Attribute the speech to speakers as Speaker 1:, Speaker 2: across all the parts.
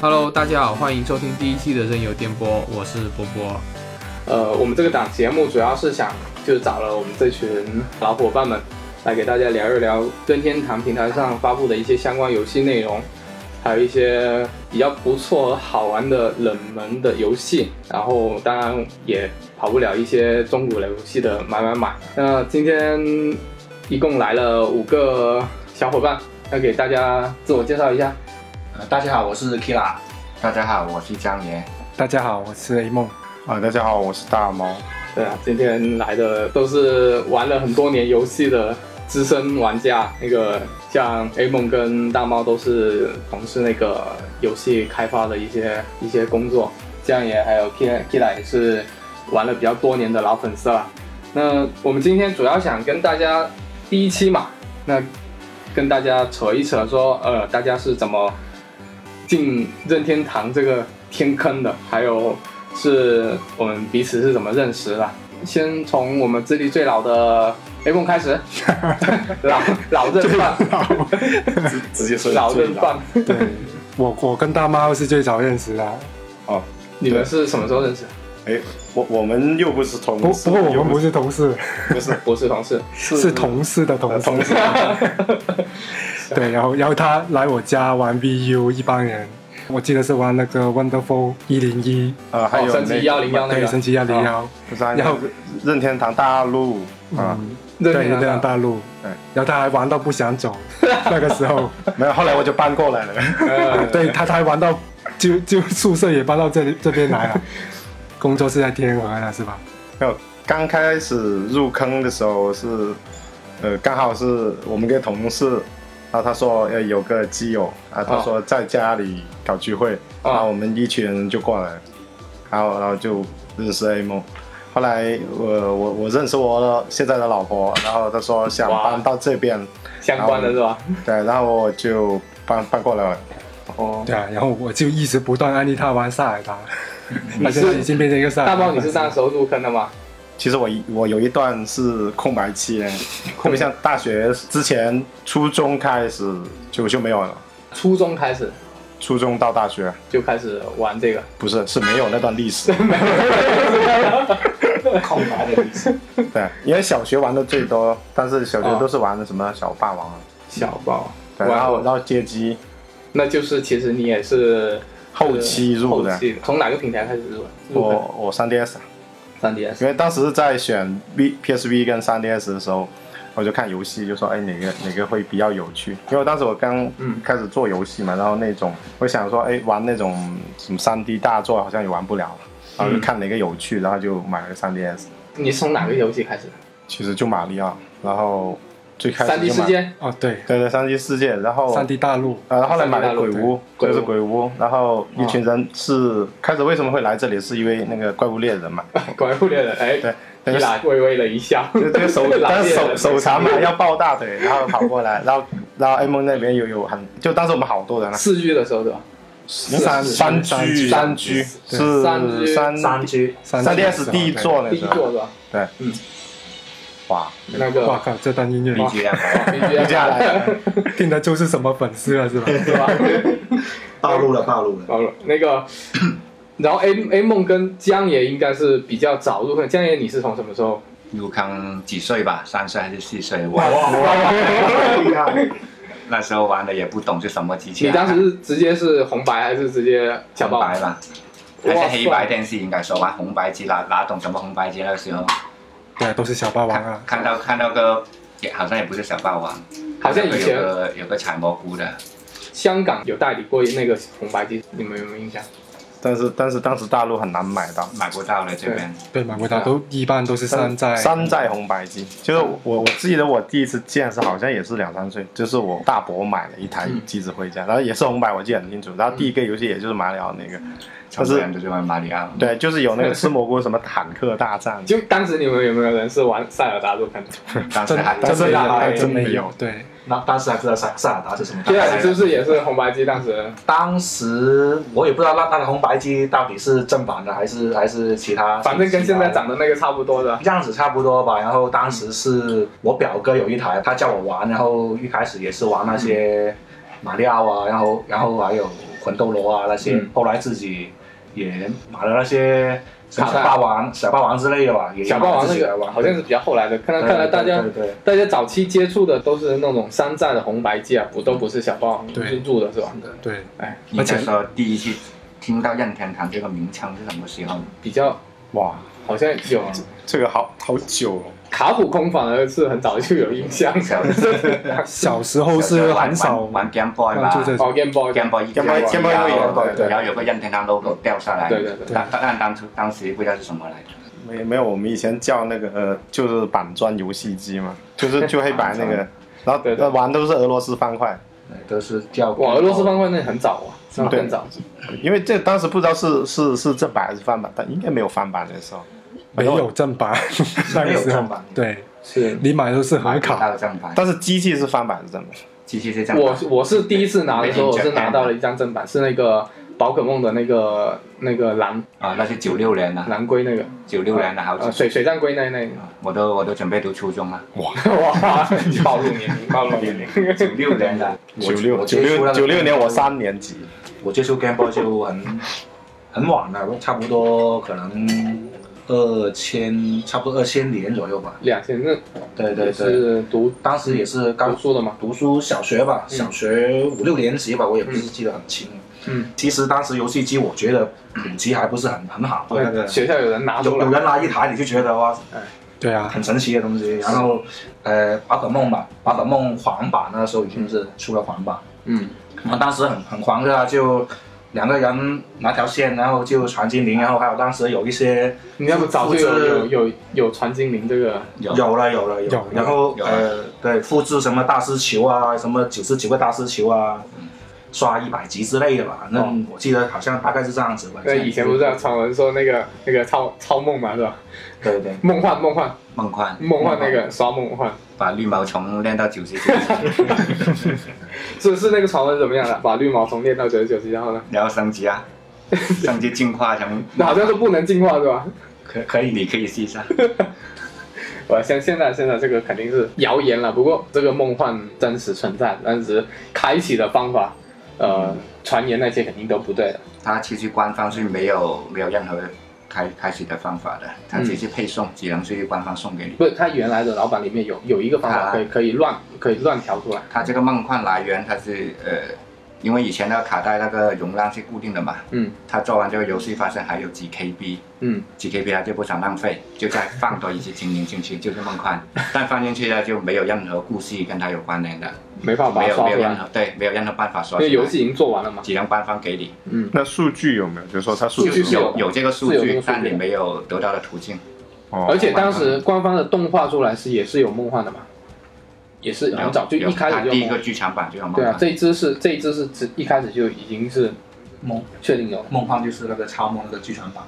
Speaker 1: Hello，大家好，欢迎收听第一期的任由电波，我是波波。
Speaker 2: 呃，我们这个档节目主要是想就是找了我们这群老伙伴们，来给大家聊一聊任天堂平台上发布的一些相关游戏内容，还有一些比较不错、好玩的冷门的游戏，然后当然也跑不了一些中古的游戏的买买买。那今天一共来了五个小伙伴，那给大家自我介绍一下。
Speaker 3: 呃，大家好，我是 Kira。大家好，我是江爷。
Speaker 4: 大家好，我是 A 梦。
Speaker 5: 啊，大家好，我是大猫。
Speaker 2: 对啊，今天来的都是玩了很多年游戏的资深玩家。那个像 A 梦跟大猫都是从事那个游戏开发的一些一些工作，这样也还有 Kira Kira 也是玩了比较多年的老粉丝了。那我们今天主要想跟大家第一期嘛，那跟大家扯一扯说，呃，大家是怎么进任天堂这个天坑的，还有是我们彼此是怎么认识的。先从我们资历最老的 A 梦开 始，老老任范，
Speaker 5: 直接说
Speaker 2: 老任范，
Speaker 4: 对，我我跟大猫是最早认识的啊，
Speaker 5: 哦，
Speaker 2: 你们是什么时候认识？
Speaker 5: 哎，我我们又不是同
Speaker 4: 不
Speaker 5: 事，
Speaker 4: 不过我
Speaker 5: 又
Speaker 4: 们不是同事，
Speaker 5: 不嗯是
Speaker 2: 博士同事，哦
Speaker 4: 是同事的同
Speaker 5: 呃
Speaker 4: 事。
Speaker 5: 同事，
Speaker 4: 对，然后然后他来我家玩 VU，一帮人，我记得是玩那个 Wonderful 一零一，
Speaker 5: 呃，还
Speaker 2: 哦，
Speaker 5: 有
Speaker 2: 升级幺零幺那
Speaker 4: 对，升
Speaker 2: 个，哦
Speaker 4: 级幺零幺，
Speaker 5: 不是还
Speaker 4: 然后
Speaker 5: 有任天堂大陆啊，
Speaker 4: 嗯，
Speaker 2: 任
Speaker 4: 对，
Speaker 2: 天堂
Speaker 4: 任天堂
Speaker 2: 大
Speaker 4: 大陆
Speaker 5: 对，
Speaker 4: 然后他还玩到不想走，那个时候，
Speaker 5: 没有，后来我就搬过来了。
Speaker 2: 呃
Speaker 4: 对他他还玩到就就宿舍也搬到这里这边来了，工作是在天河的是吧？
Speaker 5: 没有，刚开始入坑的时候是，呃，刚好是我们一个同事，然后他说呃有个基友啊，他说在家里搞聚会，
Speaker 2: 哦
Speaker 5: 然后我们一群人就过来，然后然后就认识 A 梦。后来我我我认识我的现在的老婆，然后她说想
Speaker 2: 哇
Speaker 5: 搬到这边，
Speaker 2: 相关的是吧？
Speaker 5: 对，然后我就搬搬过来了。
Speaker 2: 哦，
Speaker 4: 对啊，然后我就一直不断安利他玩塞尔达，他现在已经变成一个塞尔
Speaker 2: 大
Speaker 4: 达
Speaker 2: 猫，
Speaker 4: 粉
Speaker 2: 你
Speaker 4: 丝。
Speaker 2: 是那时候入坑的吗？
Speaker 5: 其实我一我有一段是空白期呢，就像大学之前、初中开始就就没有了。
Speaker 2: 初中开始
Speaker 5: 初中到大学，
Speaker 2: 就开始玩这个，
Speaker 5: 不是是没有那段历史，
Speaker 3: 空白的意思。
Speaker 5: 对，因为小学玩的最多，但是小学都是玩的什么 小霸王啊，
Speaker 2: 小爆，
Speaker 5: 对，然后然后街机，
Speaker 2: 那就是其实你也是呃
Speaker 5: 后期入的
Speaker 2: 后期从哪个平台开始入的？入
Speaker 5: 我
Speaker 2: 的
Speaker 5: 我 3DS，啊
Speaker 2: 三 DS
Speaker 5: 因为当时在选 V PSV 跟 3DS 的时候，我就看游戏，就说哎哪个哪个会比较有趣，因为当时我刚
Speaker 2: 嗯
Speaker 5: 开始做游戏嘛，然后那种我想说哎玩那种什么 3D 大作好像也玩不了了，然后就看哪个有趣，然后就买了个 3DS，
Speaker 2: 你是从哪个游戏开始的？
Speaker 5: 其实就马里奥，然后最开始
Speaker 2: 三 D
Speaker 5: 就买
Speaker 2: 世界
Speaker 4: 哦，对，
Speaker 5: 对对，三 D 世界，然后
Speaker 4: 三 D 大陆，
Speaker 5: 呃，后来买了
Speaker 2: 三 D 大陆
Speaker 5: 鬼屋，
Speaker 2: 对
Speaker 5: 就是鬼屋，然后一群人是开始为什么会来这里，是因为那个怪物猎 人嘛，
Speaker 2: 怪物猎人，哎
Speaker 5: 对，
Speaker 2: 你俩微微 了一笑，
Speaker 5: 就这个手
Speaker 2: 来
Speaker 5: 但是
Speaker 2: 猎
Speaker 5: 手
Speaker 2: 人
Speaker 5: 手残嘛，要抱大腿，然后跑过来，然后然后 A 梦那边有有很，就当时我们好多人啊，
Speaker 2: 四 G 的时候对吧？
Speaker 5: 三
Speaker 4: 三
Speaker 5: 三
Speaker 4: G，
Speaker 5: G 三 G
Speaker 4: 对
Speaker 5: 是
Speaker 2: 三 G
Speaker 5: 三
Speaker 3: 三 G，
Speaker 4: 三啊
Speaker 5: 三 DS 第一座那
Speaker 2: 第一
Speaker 5: 时
Speaker 2: 座
Speaker 5: 候，
Speaker 2: 是吧？
Speaker 5: 对，
Speaker 2: 嗯，
Speaker 5: 哇，
Speaker 2: 那
Speaker 4: 对。哇
Speaker 2: 个
Speaker 4: 靠，这段音乐
Speaker 3: BGM，
Speaker 2: BGM
Speaker 5: 接下来
Speaker 4: 听的就是什么粉丝啊了，是吧？
Speaker 2: 是吧？
Speaker 3: 暴露了，暴露了。
Speaker 2: 好了，那个， 然后 A A 梦跟江爷应该是比较早入坑，江爷你是从什么时候？
Speaker 3: 入坑几岁吧？三岁还是四岁？我
Speaker 5: 厉害，
Speaker 3: 那时候玩的也不懂是什么机器。啊
Speaker 2: 你当时是直接是红白还是直接小
Speaker 3: 红
Speaker 2: 爆？
Speaker 3: 白吧？还是黑白电视应该说玩红白机哪哪懂什么红白机那个时候，
Speaker 4: 对，都是小霸王
Speaker 3: 看
Speaker 4: 啊，
Speaker 3: 看到看到个也好像也不是小霸王，
Speaker 2: 好像以前
Speaker 3: 有个有个采蘑菇的，
Speaker 2: 香港有代理过那个红白机，你们有没有印象？
Speaker 5: 但是但是当时大陆很难买到。
Speaker 3: 买不到了这边。
Speaker 4: 对，买不到，都一般都是山寨。
Speaker 5: 啊山寨红白机，就是我我记得我第一次见是好像也是两三岁，就是我大伯买了一台机子回家，然后也是红白，我记得很清楚。然后第一个游戏也就是马里奥那个，
Speaker 3: 全部人都在玩马里奥，
Speaker 5: 对，就是有那个吃蘑菇什么坦克大战，
Speaker 2: 就当时你们有没有人是玩塞尔达入坑的？
Speaker 3: 当时
Speaker 4: 真
Speaker 3: 还
Speaker 4: 真
Speaker 5: 真的
Speaker 4: 没有，
Speaker 5: 还
Speaker 4: 真
Speaker 5: 真
Speaker 4: 没
Speaker 5: 没
Speaker 4: 有
Speaker 5: 有。
Speaker 4: 对，
Speaker 6: 那当时还不知道塞塞尔达是什么东
Speaker 2: 对
Speaker 6: 西。
Speaker 2: 啊，你是不是也是红白机？当时
Speaker 6: 当时我也不知道那那个红白机到底是正版的还是还是其他，
Speaker 2: 反正跟现在嗯长得那个差不多的。
Speaker 6: 样子差不多吧。然后当时是我表哥有一台，他叫我玩，然后一开始也是玩那些马里奥啊，然后然后还有魂斗罗啊那些，
Speaker 2: 嗯
Speaker 6: 后来自己也买了那些什么
Speaker 2: 卡带
Speaker 6: 小霸王、小霸王之类的吧，也
Speaker 2: 小霸王那
Speaker 6: 也买了自己
Speaker 2: 个
Speaker 6: 的吧
Speaker 2: 好像是比较后来的，看来
Speaker 6: 对
Speaker 2: 看来大家
Speaker 6: 对对对
Speaker 2: 大家早期接触的都是那种山寨的红白机啊，不都不是小霸王
Speaker 4: 对
Speaker 2: 入的是吧？
Speaker 4: 对，
Speaker 2: 哎，
Speaker 3: 应该说第一次听到任天堂这个名称是什么时候？
Speaker 2: 比较
Speaker 5: 哇，
Speaker 2: 好像有
Speaker 5: 这个好好久哦，
Speaker 2: 卡普空反而是很早就有印象。
Speaker 3: 小
Speaker 4: 小时候是很少
Speaker 3: 玩玩 Game Boy 嘛
Speaker 4: 关注这
Speaker 2: 哦，Game Boy，
Speaker 3: ，Game Boy 一定要
Speaker 5: Game Boy- Game Boy 会有对对
Speaker 3: 然后有个任天堂 logo 掉下来，
Speaker 2: 对对对
Speaker 3: 但但当初当时不知道是什么来着。
Speaker 5: 没没有，我们以前叫那个呃，就是板砖游戏机嘛，就是就黑白那个，然后呃
Speaker 2: 对对
Speaker 5: 玩都是俄罗斯方块，
Speaker 6: 对都是叫
Speaker 2: 哇，俄罗斯方块那很早啊，是吧
Speaker 5: 对
Speaker 2: 更早。
Speaker 5: 因为这当时不知道是是是正版还是翻版，但应该没有翻版的时候。
Speaker 4: 没有 正版，那个
Speaker 6: 没有
Speaker 4: 时
Speaker 6: 正
Speaker 4: 候
Speaker 6: 版
Speaker 4: 对，
Speaker 2: 是
Speaker 4: 你买的都是盒卡，
Speaker 3: 到正版，
Speaker 5: 但是机器是翻版是正版，
Speaker 3: 其实是正版。
Speaker 2: 我我是第一次拿的时候，我
Speaker 3: 没印
Speaker 2: 是
Speaker 3: 象
Speaker 2: 拿到了一张正版，是那个宝可梦的那个那个蓝
Speaker 3: 啊，那是九六年了，
Speaker 2: 蓝龟那个，
Speaker 3: 九六年了，好
Speaker 2: 呃，
Speaker 3: 久。
Speaker 2: 水水战龟那那个。
Speaker 3: 我都我都准备读初中了，啊
Speaker 2: 哇，暴露年龄，暴露年龄。
Speaker 3: 九六年的，
Speaker 5: 九
Speaker 6: 我
Speaker 5: 六
Speaker 6: 我
Speaker 5: 九
Speaker 6: 接触
Speaker 5: 六
Speaker 6: 那个
Speaker 5: 九六年我三年级，
Speaker 6: 我接触 Game Boy 就很很晚了，差不多可能二千，差不多二千年左右吧。
Speaker 2: 两千那
Speaker 6: 对对
Speaker 2: 也
Speaker 6: 对，
Speaker 2: 是读
Speaker 6: 当时也是刚
Speaker 2: 读书的嘛，
Speaker 6: 读书小学吧，小学五六年级吧，我也不是
Speaker 2: 嗯
Speaker 6: 记得很清。
Speaker 2: 嗯，
Speaker 6: 其实当时游戏机我觉得品质还不是很很好，那个
Speaker 2: 学校有人拿
Speaker 6: 有
Speaker 2: 出
Speaker 6: 有
Speaker 2: 来，
Speaker 6: 人拿一台你就觉得哇，
Speaker 4: 对啊，
Speaker 6: 很神奇的东西。然后呃，宝可梦吧，宝可梦黄版那时候已经是出了黄版，
Speaker 2: 嗯，
Speaker 6: 我们当时很很狂热啊，就两个人拿条线，然后就传精灵，然后还有当时有一些
Speaker 2: 你要不早就
Speaker 6: 复
Speaker 2: 有有
Speaker 6: 制
Speaker 2: 有有传精灵这个，
Speaker 3: 有
Speaker 6: 有了有了有
Speaker 4: 有
Speaker 6: 了，然后
Speaker 3: 有
Speaker 6: 呃对，复制什么大师球啊，什么九十九个大师球啊，刷一百级之类的吧，反正我记得好像大概是这样子吧。
Speaker 2: 那以前不是在传闻说那个那个超超梦嘛是吧？
Speaker 6: 对对，
Speaker 2: 梦幻梦幻
Speaker 3: 梦幻，
Speaker 2: 梦幻那个刷梦幻，
Speaker 3: 把绿毛虫练到九十九，
Speaker 2: 是是那个传闻怎么样的？把绿毛虫练到九十九级，然后呢？
Speaker 3: 然后升级 啊，升级进化成，
Speaker 2: 那好像是不能进化是吧？
Speaker 6: 可可以
Speaker 3: 你可以试 一下。
Speaker 2: 我现现在现在这个肯定是谣言了，不过这个梦幻真实存在，但是开启的方法，呃，传言那些肯定都不对的。
Speaker 3: 它其实官方是没有没有任何开开始的方法的，它
Speaker 2: 嗯
Speaker 3: 只是配送，只能是官方送给你。
Speaker 2: 不是，他原来的老板里面有有一个方法
Speaker 3: 啊
Speaker 2: 可以可以乱可以乱调出来。
Speaker 3: 它这个梦幻来源，它是呃，因为以前那个卡带那个容量是固定的嘛，
Speaker 2: 嗯
Speaker 3: 它做完这个游戏发现还有几 KB，
Speaker 2: 嗯，
Speaker 3: 几 KB 它就不想浪费，就再放多一些精灵进去，就是梦幻。但放进去呢，就没有任何故事跟它有关联的，
Speaker 2: 没办法把
Speaker 3: 没
Speaker 2: 它
Speaker 3: 有
Speaker 2: 刷
Speaker 3: 没有
Speaker 2: 出
Speaker 3: 任
Speaker 2: 来，
Speaker 3: 何对，没有任何办法
Speaker 2: 因
Speaker 3: 说出来。
Speaker 2: 为游戏已经做完了嘛。
Speaker 3: 只能官方给你，
Speaker 2: 嗯，
Speaker 5: 那数据有没有？就是说它数
Speaker 2: 数据
Speaker 5: 据
Speaker 2: 是有
Speaker 3: 有有这个数
Speaker 2: 是有这
Speaker 3: 据
Speaker 2: 个，数据
Speaker 3: 但你没有得到的途径。
Speaker 5: 哦
Speaker 2: 而且当时官方的动画出来是也是有梦幻的嘛，也是很早就
Speaker 3: 有
Speaker 2: 一开
Speaker 3: 它
Speaker 2: 始就
Speaker 3: 第
Speaker 2: 有
Speaker 3: 一个
Speaker 2: 梦。
Speaker 3: 剧场版就有梦
Speaker 2: 对啊
Speaker 3: 幻，。
Speaker 2: 这一支是这一支是只一开始就已经是
Speaker 6: 梦
Speaker 2: 确定有了
Speaker 6: 梦幻就是那个超梦那个剧场版，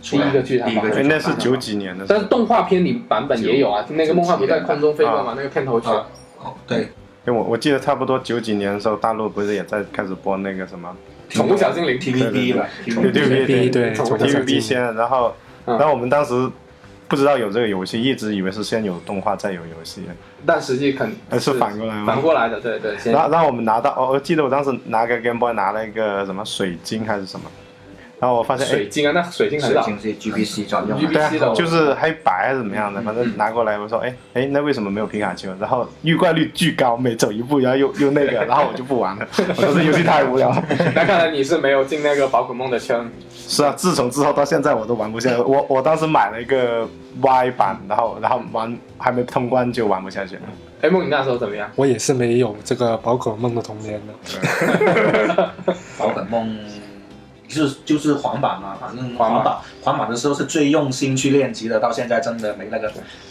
Speaker 2: 第一个剧场
Speaker 3: 第一
Speaker 2: 版
Speaker 3: 个。
Speaker 5: 哎那是九几年的时
Speaker 2: 但
Speaker 5: 候，
Speaker 2: 是动画片里版本也有啊，那个梦幻不在空中飞过嘛，那个片头曲，
Speaker 6: 啊哦对，
Speaker 5: 因为我我记得差不多九几年的时候，大陆不是也在开始播那个什么
Speaker 2: 宠物小精灵
Speaker 6: TVB 了
Speaker 5: 对对对对
Speaker 4: TVB 对，啊
Speaker 2: 宠物
Speaker 4: 宠物小
Speaker 5: TVB
Speaker 4: 精灵，
Speaker 5: 先，然后
Speaker 2: 嗯
Speaker 5: 然后我们当时不知道有这个游戏，一直以为是先有动画再有游戏，
Speaker 2: 但实际肯
Speaker 5: 呃是反过来吗
Speaker 2: 反过来的，对对，先
Speaker 5: 然后然后我们拿到，哦，我记得我当时拿个 Game Boy 拿了一个什么水晶还是什么，然后我发现哎
Speaker 2: 水，晶啊，那水晶很
Speaker 3: 水
Speaker 2: 早，
Speaker 3: 晶是 GBC 专用
Speaker 2: 晶
Speaker 3: 的，
Speaker 5: 对
Speaker 2: 必须的
Speaker 5: 啊，就是黑白还是怎么样的，反正拿过来我说哎哎，那为什么没有皮卡丘？然后遇怪率巨高，每走一步然后又又那 个，然后我就不玩了，我说这游戏太无聊了。
Speaker 2: 那看来你是没有进那个宝可梦的圈，
Speaker 5: 是啊，自从之后到现在我都玩不下去。我我当时买了一个 Y 版，然后然后玩还没通关就玩不下去了。
Speaker 2: 哎，梦你那时候怎么样？
Speaker 4: 我也是没有这个宝可梦的童年的，
Speaker 6: 宝可梦就是就是黄版嘛，反正
Speaker 2: 黄版
Speaker 6: 黄版黄版的时候是最用心去练级的，到现在真的没那个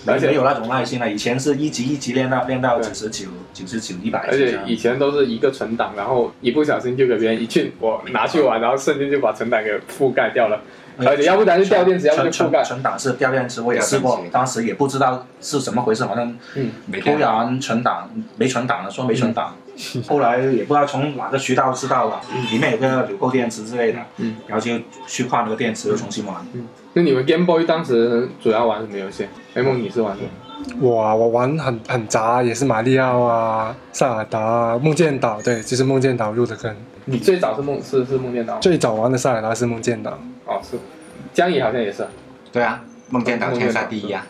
Speaker 2: 而
Speaker 6: 没
Speaker 2: 且
Speaker 6: 没有那种耐心了。以前是一级一级练到练到九十九、九十九、一百
Speaker 2: 而
Speaker 6: 级这
Speaker 2: 且
Speaker 6: 样。
Speaker 2: 以前都是一个存档，然后一不小心就给别人一去我拿去玩，然后瞬间就把存档给覆盖掉了，而且要不然就掉电池，要不
Speaker 6: 纯
Speaker 2: 就覆
Speaker 6: 纯
Speaker 2: 盖。
Speaker 6: 纯档是掉电池，我也试过
Speaker 3: 掉电池，
Speaker 6: 当时也不知道是怎么回事，反正
Speaker 2: 嗯
Speaker 3: 没
Speaker 6: 突
Speaker 3: 电脑
Speaker 6: 然存档没存档了，说没存档，
Speaker 2: 嗯
Speaker 6: 后来也不知道从哪个渠道知道了，里面有个柳购电池之类的，
Speaker 2: 嗯
Speaker 6: 然后就去换了个电池，又重新玩。
Speaker 2: 那你们 Game Boy 当时主要玩什么游戏？哎，梦你是玩什么？
Speaker 4: 我啊，我玩很很杂，也是马里奥啊、塞尔达、啊、梦见岛，对，就是梦见岛入的坑。
Speaker 2: 你最早是梦是是梦见岛
Speaker 4: 最早玩的塞尔达是梦见岛，
Speaker 2: 哦，是江野好像也 是，
Speaker 3: 对啊，梦见岛天下第一啊！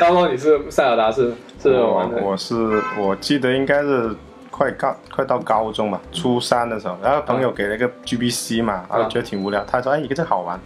Speaker 2: 大猫你是塞尔达是是
Speaker 5: 我
Speaker 2: 玩的
Speaker 5: 我是我记得应该是快高快到高中吧，初三的时候，然后朋友给了一个 GBC 嘛，然后觉得挺无聊，他说哎，这好玩，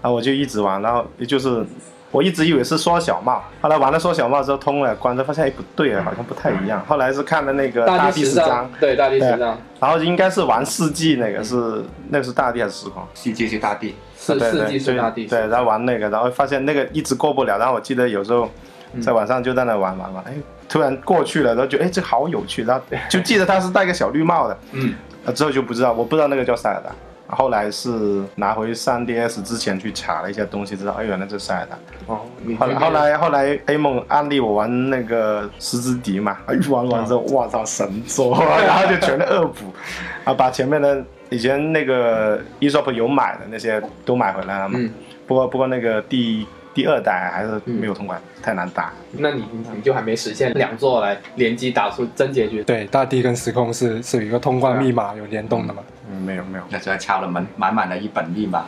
Speaker 5: 然后我就一直玩，然后也就是我一直以为是缩小帽，后来玩了缩小帽之后通了关之后发现哎不对啊，好像不太一样，后来是看了那个大
Speaker 2: 地
Speaker 5: 地十章
Speaker 2: 章，，对大地十章
Speaker 5: 然后应该是玩世纪那个是那个是大地还是时空？
Speaker 3: 世界是大地，
Speaker 2: 是
Speaker 5: 啊对
Speaker 2: 世
Speaker 5: 对
Speaker 2: 纪是
Speaker 5: 对
Speaker 2: 大地，
Speaker 5: 对，然后玩那个，然后发现那个一直过不了，然后我记得有时候
Speaker 2: 嗯
Speaker 5: 在晚上就在那玩玩玩，哎，突然过去了，然后觉得哎这好有趣，然后就记得他是戴个小绿帽的，
Speaker 2: 嗯，
Speaker 5: 呃之后就不知道，我不知道那个叫塞尔达，后来是拿回 3DS 之前去查了一下东西，知道哎原来这是塞尔达，
Speaker 2: 哦，你
Speaker 5: 后来
Speaker 2: 这边
Speaker 5: 后来后来 A 梦安利我玩那个十之敌嘛， 哎玩完之后，我操神作， 然后就全都恶补，啊把前面的以前那个 eShop 有买的那些都买回来了嘛，
Speaker 2: 嗯
Speaker 5: 不过不过那个第第二代还是没有通关，太难打。
Speaker 2: 那你你就还没实现两座来联机打出真结局，
Speaker 4: 对，大地跟时空是是有一个通关密码有联动的嘛。，
Speaker 5: 嗯，没有没有，
Speaker 3: 那时候抄了满满满的一本密码，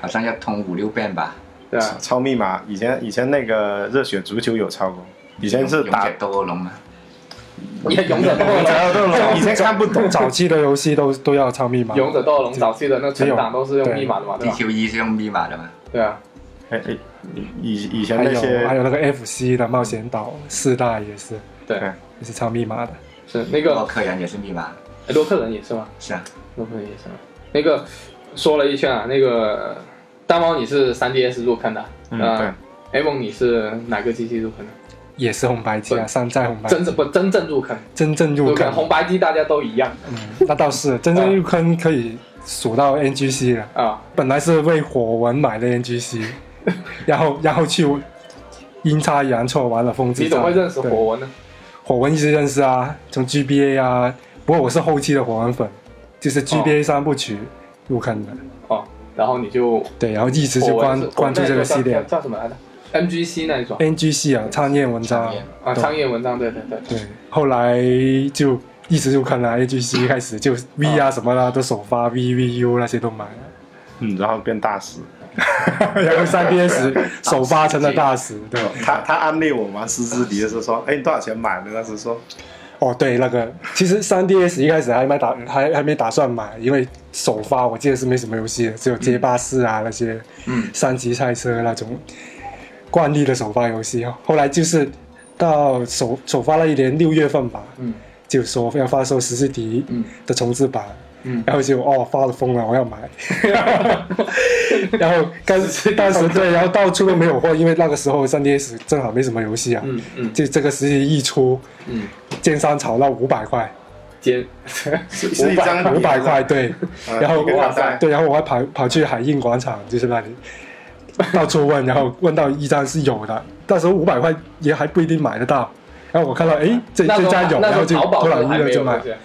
Speaker 3: 好像要通五六遍吧。
Speaker 2: 对啊 吧？
Speaker 5: 超密码以前以前那个热血足球有超过，以前是
Speaker 3: 勇
Speaker 5: 打
Speaker 3: 者斗恶龙嘛，
Speaker 2: 也勇者斗
Speaker 5: 打
Speaker 2: 龙，
Speaker 5: 到了，以前看不懂
Speaker 4: 早期的游戏都都要抄密码，
Speaker 2: 勇者斗龙早期的那存档都是用密码的嘛，对
Speaker 3: 地
Speaker 2: 吧？
Speaker 3: 球 E 仪是用密码的嘛。
Speaker 2: 对啊，
Speaker 5: 哎哎，以以前
Speaker 4: 还
Speaker 5: 那
Speaker 4: 有
Speaker 5: 些
Speaker 4: 还有那个 FC 的冒险岛四大也是
Speaker 2: 对，
Speaker 5: 对
Speaker 4: 也是抄密码的。
Speaker 2: 是那
Speaker 3: 洛
Speaker 5: 哦
Speaker 2: 个
Speaker 3: 克人也是密码，
Speaker 2: 哎洛克人也是吗？
Speaker 3: 是啊，
Speaker 2: 洛克人也是吗？那个说了一圈啊，那个大猫你是 3DS 入坑的，
Speaker 5: 嗯
Speaker 2: 呃，A 梦你是哪个机器入坑的？
Speaker 4: 也是红白机啊，
Speaker 2: 对
Speaker 4: 山寨红白机
Speaker 2: 真正不真正入坑，
Speaker 4: 真正入
Speaker 2: 入坑
Speaker 4: 坑，
Speaker 2: 红白机大家都一样
Speaker 4: 嗯那倒是真正入坑可以数到 NGC 了。
Speaker 2: 啊，
Speaker 4: 本来是为火纹买的 NGC，然后然后去阴差阳错玩了风之
Speaker 2: 你怎
Speaker 4: 杖。
Speaker 2: 么会认识火纹呢？
Speaker 4: 火纹一直认识啊，从 GBA 啊，不过我是后期的火纹粉，就是 GBA 三部曲入坑的，
Speaker 2: 哦，然后你就
Speaker 4: 对，然后一直
Speaker 2: 火
Speaker 4: 就
Speaker 2: 纹
Speaker 4: 关
Speaker 2: 是
Speaker 4: 关注这个系
Speaker 2: 叫
Speaker 4: 列
Speaker 2: 叫叫什么来着？MGC 那一种
Speaker 4: NGC 啊，苍焰文章
Speaker 3: 苍，焰
Speaker 2: 啊，
Speaker 4: 对
Speaker 2: 商业文章，对对对，
Speaker 4: 对，后来就一直入坑啊了 NGC，一开始就 V
Speaker 2: 哦
Speaker 4: 啊什么啦、都首发 VVU 那些都买了，
Speaker 5: 嗯，然后变大师。
Speaker 4: 然后 3DS 首发成了大使，对，
Speaker 5: 他他安利我玩十之敌的时候说，哎，你多少钱买的？当时说
Speaker 4: 哦，对，那个其实3 DS 一开始还没打，还还没打算买，因为首发我记得是没什么游戏的，只有街霸四啊、那些，
Speaker 2: 嗯，
Speaker 4: 三级赛车那种惯例的首发游戏哦。后来就是到首首发那一年六月份吧，
Speaker 2: 嗯
Speaker 4: 就说要发售《十四敌
Speaker 2: 嗯》
Speaker 4: 的重置版，
Speaker 2: 嗯，
Speaker 4: 然后就哦发了疯了，我 要买，然后刚当时对，然后到处都没有货，因为那个时候3 DS 正好没什么游戏啊，
Speaker 2: 嗯嗯
Speaker 4: 就这个时期一出，
Speaker 2: 嗯，
Speaker 4: 奸商炒到五百块。
Speaker 2: 接
Speaker 5: 是是一张
Speaker 4: 五百
Speaker 5: 碟子
Speaker 4: 块，对，
Speaker 5: 啊
Speaker 4: 然后
Speaker 5: 一个
Speaker 2: 哇
Speaker 5: 卡
Speaker 2: 塞
Speaker 5: 带，
Speaker 4: 对，然后我还跑跑去海印广场，就是那里到处问，然后问到一张是有的，到时候五百块也还不一定买得到。然后我看到，哎，这
Speaker 2: 那时
Speaker 4: 这
Speaker 2: 候
Speaker 4: 家有，
Speaker 2: 那
Speaker 4: 然
Speaker 2: 时
Speaker 4: 后
Speaker 2: 候
Speaker 4: 就
Speaker 2: 淘宝
Speaker 4: 突然
Speaker 2: 是
Speaker 4: 一
Speaker 2: 还
Speaker 4: 个
Speaker 2: 没
Speaker 4: 就
Speaker 2: 有
Speaker 4: 买
Speaker 2: 这，些，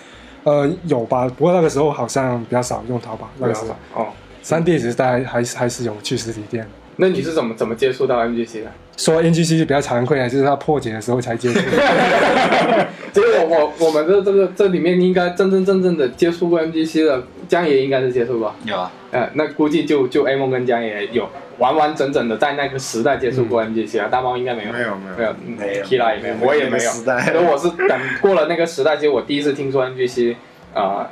Speaker 4: 呃，有吧？不过那个时候好像比较少用淘宝，那个时候
Speaker 2: 哦。
Speaker 4: 三 D 时代还是还是有去实体店的。
Speaker 2: 那你是怎么怎么接触到 MGC 的？
Speaker 4: 说 NGC 就比较惭愧啊，就是它破解的时候才接触。
Speaker 2: 其实我我我们的这个这里面应该真真正正的接触过 MGC 的，江爷应该是接触过，
Speaker 3: 有啊，
Speaker 2: 呃，那估计就就 A 梦跟江爷有完完整整的在那个时代接触过 MGC 啊了，大猫应该没有，
Speaker 5: 嗯没有没有
Speaker 2: 没有
Speaker 6: 没有
Speaker 2: k i l a 也没有，我也没有
Speaker 5: 时，代
Speaker 2: 所以我是等过了那个时代，其实我第一次听说 MGC，啊、